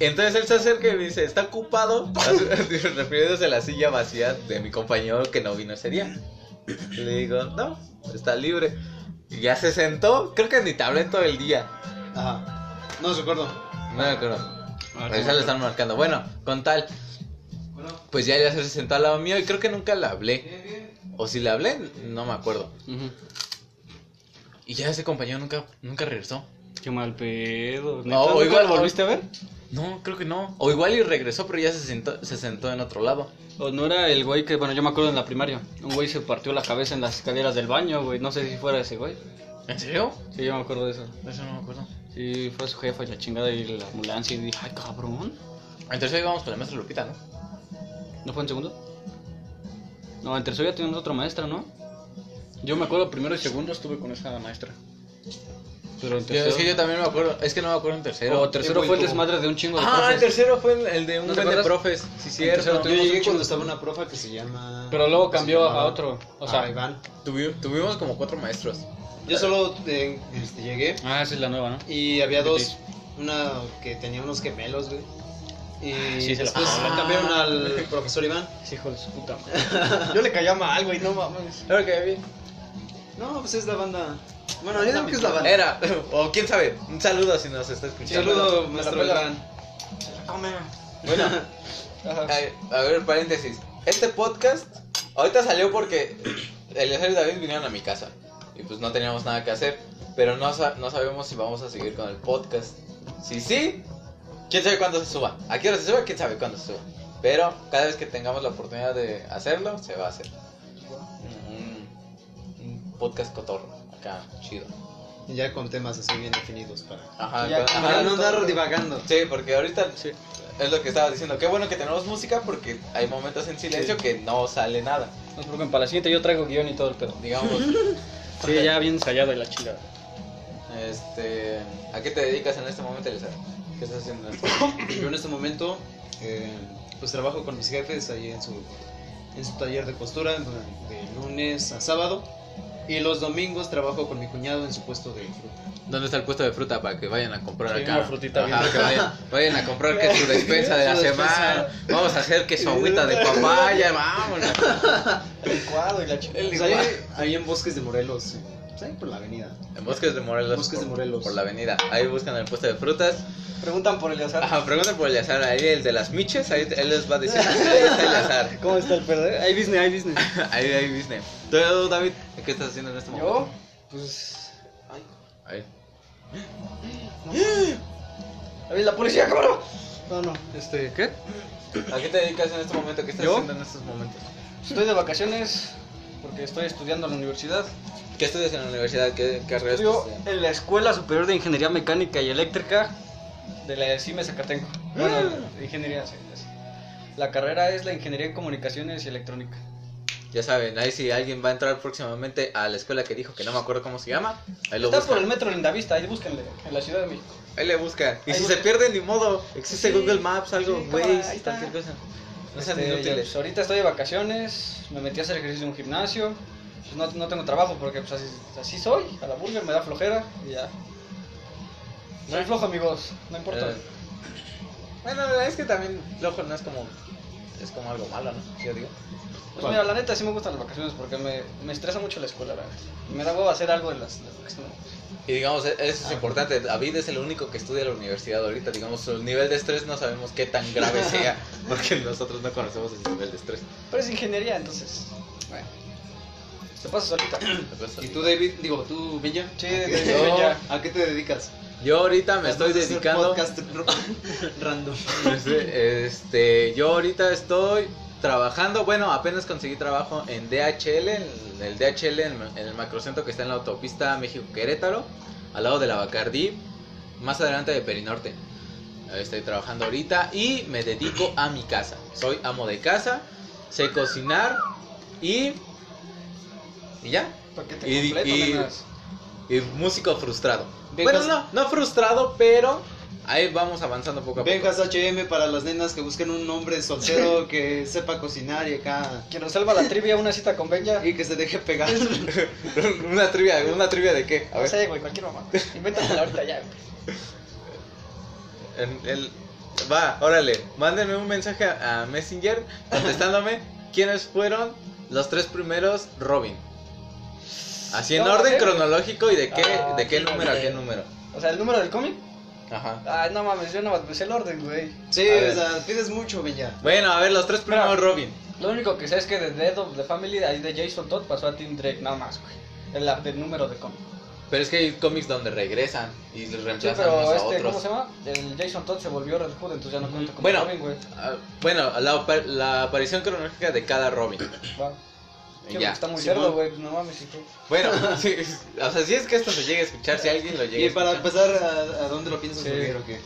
Speaker 3: Entonces él se acerca y me dice, está ocupado, refiriéndose a la silla vacía de mi compañero que no vino ese día. Le digo, no, está libre. Y ya se sentó, creo que ni te hablé en todo el día.
Speaker 2: Ajá. No recuerdo.
Speaker 3: No me acuerdo.
Speaker 1: Ah,
Speaker 3: Ahí se le están marcando. Bueno, con tal. Pues ya ya se sentó al lado mío y creo que nunca le hablé. O si le hablé, no me acuerdo.
Speaker 1: Ujú.
Speaker 3: Y ya ese compañero nunca, nunca regresó.
Speaker 1: Qué mal pedo.
Speaker 3: No,
Speaker 1: ¿Neta,
Speaker 3: igual-
Speaker 1: nunca lo volviste a ver?
Speaker 3: No, creo que no. O igual y regresó, pero ya se sentó, se sentó en otro lado.
Speaker 1: O no era el güey que, bueno, yo me acuerdo en la primaria. Un güey se partió la cabeza en las escaleras del baño, güey. No sé si fuera ese güey.
Speaker 3: ¿En serio?
Speaker 1: Sí, yo me acuerdo de eso.
Speaker 3: Eso no me acuerdo.
Speaker 1: Sí, fue su jefa y la chingada y la ambulancia. Y dije, ay, cabrón.
Speaker 3: Entonces ahí vamos con la maestra Lupita, ¿no?
Speaker 1: ¿No fue en segundo? No, en tercero ya teníamos otra maestra, ¿no? Yo me acuerdo primero y segundo estuve con esa maestra. Pero en
Speaker 3: Yo- es que yo también me acuerdo. Es que no me acuerdo en tercero.
Speaker 1: O tercero
Speaker 2: Sí,
Speaker 1: fue el
Speaker 2: güey,
Speaker 1: desmadre de un chingo de
Speaker 3: ah,
Speaker 1: profes.
Speaker 3: el tercero fue el, el de un
Speaker 1: ¿No te
Speaker 3: buen de
Speaker 1: acuerdas?
Speaker 3: profes. Sí,
Speaker 2: Entonces,
Speaker 3: cierto.
Speaker 2: yo llegué cuando estaba una profa que se llama.
Speaker 1: Pero luego
Speaker 2: que se
Speaker 1: cambió
Speaker 2: llamaba-
Speaker 1: a otro. O sea,
Speaker 2: a Iván.
Speaker 3: Tuvi- tuvimos como cuatro maestros.
Speaker 2: Yo solo eh, este, llegué
Speaker 1: Ah, esa es la nueva, ¿no?
Speaker 2: y había
Speaker 1: Sí,
Speaker 2: dos.
Speaker 1: sí.
Speaker 2: Una que tenía unos gemelos, güey. Y
Speaker 1: Sí, se la-
Speaker 2: después
Speaker 3: Ah.
Speaker 2: cambiaron al profesor Iván.
Speaker 1: hijo de su puta madre.
Speaker 4: Yo le caía mal, güey, no mames.
Speaker 3: Claro que bien.
Speaker 2: No, pues es la banda. Bueno, yo digo que es la banda.
Speaker 3: Era, o quién sabe, un saludo si nos está
Speaker 2: Un
Speaker 3: escuchando.
Speaker 2: Saludo, maestro
Speaker 4: pela.
Speaker 2: Iván. Ah,
Speaker 3: Bueno, ay, a ver, paréntesis. Este podcast ahorita salió porque Eliezer y David vinieron a mi casa y pues no teníamos nada que hacer, pero no, sa- no sabemos si vamos a seguir con el podcast. Si sí, quién sabe cuándo se suba. A qué hora se suba, quién sabe cuándo se suba. Pero cada vez que tengamos la oportunidad de hacerlo, se va a hacer. Un, un podcast cotorro, acá, chido.
Speaker 2: Y ya con temas así bien definidos para.
Speaker 3: Ajá,
Speaker 4: Ya,
Speaker 3: con-
Speaker 2: Para
Speaker 3: ajá.
Speaker 2: no andar divagando.
Speaker 3: Sí, porque ahorita es lo que estabas diciendo. Qué bueno que tenemos música porque hay momentos en silencio que no sale nada.
Speaker 1: No se preocupen, para la siguiente yo traigo guión y todo el pedo.
Speaker 3: Digamos,
Speaker 1: Sí, ya bien ensayado y la chingada.
Speaker 3: este, ¿a qué te dedicas en este momento, Elisa? ¿Qué estás haciendo? en este momento?
Speaker 2: Yo en este momento, eh, pues trabajo con mis jefes ahí en su, en su taller de costura du- de lunes a sábado. Y los domingos trabajo con mi cuñado en su puesto de fruta.
Speaker 3: ¿Dónde está el puesto de fruta para que vayan a comprar
Speaker 1: Sí,
Speaker 3: acá?
Speaker 1: una frutita
Speaker 3: Ajá,
Speaker 1: bien.
Speaker 3: que vayan, vayan a comprar que su despensa de la
Speaker 2: Su despensa.
Speaker 3: semana. Vamos a hacer que su agüita de papaya, vámonos.
Speaker 4: Licuado y la chingada.
Speaker 2: Pues ahí, ahí en Bosques de Morelos, eh, pues ahí por la avenida.
Speaker 3: En Bosques de Morelos.
Speaker 2: Bosques de
Speaker 3: por-
Speaker 2: Morelos.
Speaker 3: Por la avenida. Ahí buscan el puesto de frutas.
Speaker 4: Preguntan por el azar.
Speaker 3: Ajá, pregunta por el azar. Ahí el de las miches, ahí él les va a decir. Ahí está el azar.
Speaker 4: ¿Cómo está el pedo? eh?
Speaker 1: Hay business, hay business.
Speaker 3: Ahí, ahí, Disney. Tú, David, ¿qué estás haciendo en este
Speaker 4: Yo,
Speaker 3: momento?
Speaker 4: pues. Ay.
Speaker 3: Ahí.
Speaker 4: A ver, la policía, cabrón. No, no.
Speaker 1: Este, ¿qué?
Speaker 3: ¿A qué te dedicas en este momento? ¿Qué estás
Speaker 1: ¿Yo?
Speaker 3: haciendo en estos momentos?
Speaker 4: Estoy de vacaciones porque estoy estudiando en la universidad.
Speaker 3: ¿Qué estudias en la universidad? ¿Qué carrera
Speaker 4: Estudio
Speaker 3: estudias?
Speaker 4: en la escuela.
Speaker 1: Superior de Ingeniería Mecánica y Eléctrica. de la CIME Zacatenco. Bueno, ingeniería, sí, sí. La carrera es la ingeniería en comunicaciones y electrónica.
Speaker 3: Ya saben, ahí si alguien va a entrar próximamente a la escuela que dijo que no me acuerdo cómo se llama, ahí lo
Speaker 1: Está
Speaker 3: buscan.
Speaker 1: por el metro Lindavista, ahí búsquenle, en la Ciudad de México.
Speaker 3: Ahí le busca. Y
Speaker 1: Ahí
Speaker 3: si
Speaker 1: busca.
Speaker 3: se pierde, ni modo. Existe
Speaker 1: Sí,
Speaker 3: Google Maps, algo,
Speaker 1: sí, cámara, ahí
Speaker 3: Waze,
Speaker 1: está.
Speaker 3: cualquier cosa. No sean
Speaker 1: Este,
Speaker 3: inútiles.
Speaker 1: yo, pues, ahorita estoy de vacaciones, me metí a hacer ejercicio en un gimnasio. pues, no, no tengo trabajo porque pues, así, así soy, a la burger me da flojera y ya. Soy flojo, amigos, no importa.
Speaker 3: Eh, Bueno, es que también loco no es como. Es como algo malo, ¿no? Yo digo.
Speaker 1: Pues mira, la neta sí me gustan las vacaciones porque me, me estresa mucho la escuela, la neta. Me da huevo hacer algo en las, las vacaciones.
Speaker 3: Y digamos, e- eso
Speaker 2: Ah,
Speaker 3: es importante. David es el único que estudia en la universidad ahorita. Digamos, su nivel de estrés no sabemos qué tan grave sea. Porque nosotros no conocemos ese nivel de estrés.
Speaker 1: Pero es ingeniería, entonces, bueno. Se pasa solita.
Speaker 2: ¿Y tú, David? Digo, tú, Benja.
Speaker 1: Sí,
Speaker 2: ¿A qué-
Speaker 1: David Benja.
Speaker 2: ¿A qué te dedicas?
Speaker 3: Yo ahorita me estoy
Speaker 2: Además de hacer
Speaker 3: dedicando.
Speaker 2: Podcast r- random.
Speaker 3: Este, este, yo ahorita estoy trabajando, bueno, apenas conseguí trabajo en DHL, en el DHL, en, en el macrocentro que está en la autopista México-Querétaro, al lado de la Bacardí, más adelante de Perinorte. Ahí Estoy trabajando ahorita y me dedico a mi casa. Soy amo de casa, sé cocinar y... ¿Y ya?
Speaker 1: Paquete
Speaker 3: Y-
Speaker 1: completo,
Speaker 3: y-
Speaker 1: nenas.
Speaker 3: Y músico frustrado.
Speaker 2: De
Speaker 3: bueno,
Speaker 2: cos-
Speaker 3: no, no frustrado, pero ahí vamos avanzando poco a poco.
Speaker 2: Benjas HM para las nenas que busquen un hombre soltero que sepa cocinar y acá.
Speaker 1: Quien resuelva la trivia, una cita con Benja.
Speaker 2: Y que se deje pegar.
Speaker 3: una trivia, una trivia de qué? A
Speaker 1: No
Speaker 3: ver.
Speaker 1: sé, güey, cualquier mamá. Invéntatela ahorita ya, güey.
Speaker 3: En el- Va, órale, mándenme un mensaje a, a Messenger contestándome quiénes fueron los tres primeros Robin. Así en
Speaker 1: No,
Speaker 3: orden
Speaker 1: ¿eh?
Speaker 3: cronológico y de qué,
Speaker 1: Ah,
Speaker 3: de qué
Speaker 1: sí,
Speaker 3: número a
Speaker 1: sí.
Speaker 3: qué número.
Speaker 1: O sea, el número del cómic.
Speaker 3: Ajá.
Speaker 1: Ah, no mames, yo no me sé el orden, güey.
Speaker 2: Sí,
Speaker 3: A ver.
Speaker 2: o sea, pides mucho, Benja.
Speaker 3: Bueno, a ver, los tres primeros
Speaker 1: Mira.
Speaker 3: Robin.
Speaker 1: Lo único que sé es que de Dead of the Family, ahí de Jason Todd, pasó a Tim Drake, nada más, güey. El, la- del número de cómic.
Speaker 3: Pero es que hay cómics donde regresan y los
Speaker 1: Sí,
Speaker 3: reemplazan unos
Speaker 1: pero
Speaker 3: a
Speaker 1: este,
Speaker 3: otros.
Speaker 1: ¿cómo se llama? El Jason Todd se volvió Red Hood, entonces ya no cuenta como
Speaker 3: Bueno.
Speaker 1: Robin, güey.
Speaker 3: Ah, bueno, la, apa- la aparición cronológica de cada Robin.
Speaker 1: Va. Sí,
Speaker 3: Ya.
Speaker 1: Está muy
Speaker 2: Simón.
Speaker 1: cerdo, güey, Pues, no mames, y tú.
Speaker 3: Bueno, sí, o sea, si es que esto se llega a escuchar, si alguien lo llega
Speaker 2: Y
Speaker 3: a
Speaker 2: para
Speaker 3: escuchar.
Speaker 2: empezar, ¿a, a dónde lo piensas
Speaker 1: Sí.
Speaker 2: subir o qué?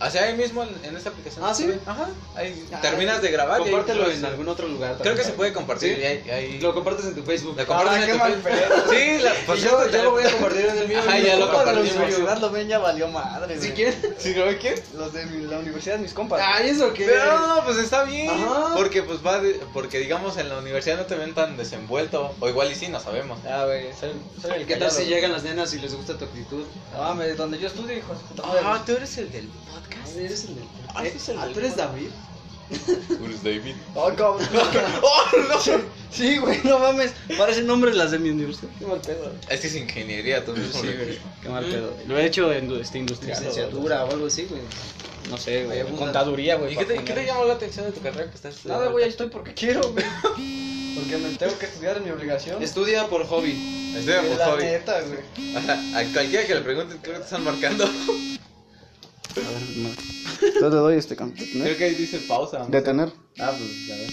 Speaker 3: Hacia ahí mismo en, en esta aplicación.
Speaker 2: Ah, ¿sí?
Speaker 3: Ajá. Ahí
Speaker 2: Ah,
Speaker 3: terminas de grabar. y ahí
Speaker 2: Compártelo
Speaker 3: subes.
Speaker 2: en algún otro lugar.
Speaker 3: Creo que se
Speaker 2: también.
Speaker 3: puede compartir.
Speaker 2: ¿Sí?
Speaker 3: y ahí- ahí-
Speaker 2: Lo compartes en tu Facebook.
Speaker 3: Lo compartes
Speaker 1: Ah,
Speaker 3: en
Speaker 1: qué
Speaker 3: tu
Speaker 1: mal
Speaker 3: Facebook.
Speaker 1: pedo.
Speaker 3: Sí, la,
Speaker 2: Y pues, yo, yo lo voy a compartir en el mío.
Speaker 3: Ajá, ya
Speaker 1: Compa de
Speaker 3: lo
Speaker 1: la
Speaker 3: compartimos.
Speaker 1: universidad, lo ven, ya valió madre,
Speaker 2: Si
Speaker 1: güey.
Speaker 2: quieren.
Speaker 3: ¿Sí lo qué?
Speaker 1: Los de mi- la universidad, mis compas.
Speaker 2: Ah, ¿y eso qué?
Speaker 3: Pero no, no, pues está bien.
Speaker 2: Ajá.
Speaker 3: Porque pues va de- porque digamos en la universidad no te ven tan desenvuelto. O igual y sí, no sabemos.
Speaker 1: Ah, güey, soy, soy el
Speaker 2: ¿Qué tal
Speaker 1: callado,
Speaker 2: si
Speaker 1: güey.
Speaker 2: llegan las nenas y les gusta tu actitud?
Speaker 1: No mames, donde yo estudio, hijo de su puta madre.
Speaker 3: Ah, tú eres el del
Speaker 2: Ah, eres el del-
Speaker 3: Ah, sí, es el
Speaker 2: Ah,
Speaker 3: del-
Speaker 2: ¿tú eres David?
Speaker 3: Bruce David.
Speaker 1: Ay, cabrón. Sí, güey, no mames. Parecen nombres las de mi universidad. Qué mal pedo.
Speaker 3: Es que es ingeniería, tú mismo. lo dijiste.
Speaker 1: Qué mal
Speaker 2: Mm.
Speaker 1: pedo. Lo he hecho en este industrial.
Speaker 2: Licenciatura o algo así, güey.
Speaker 1: No sé,
Speaker 2: Hay
Speaker 1: güey.
Speaker 2: alguna-
Speaker 1: Contaduría, güey.
Speaker 3: ¿Y qué te,
Speaker 1: para
Speaker 3: qué te
Speaker 1: poner.
Speaker 3: llamó la atención de tu carrera que estás
Speaker 1: Nada, güey, ahí estoy porque quiero, güey. Porque me tengo que estudiar en mi obligación.
Speaker 2: Estudia por hobby.
Speaker 3: Estoy en
Speaker 1: la
Speaker 3: Mojovi.
Speaker 1: neta, güey.
Speaker 3: A cualquiera que le pregunte, creo que te están marcando.
Speaker 1: Entonces le doy este campeón.
Speaker 3: que ahí dice pausa.
Speaker 1: Detener.
Speaker 3: Ah, pues a ver.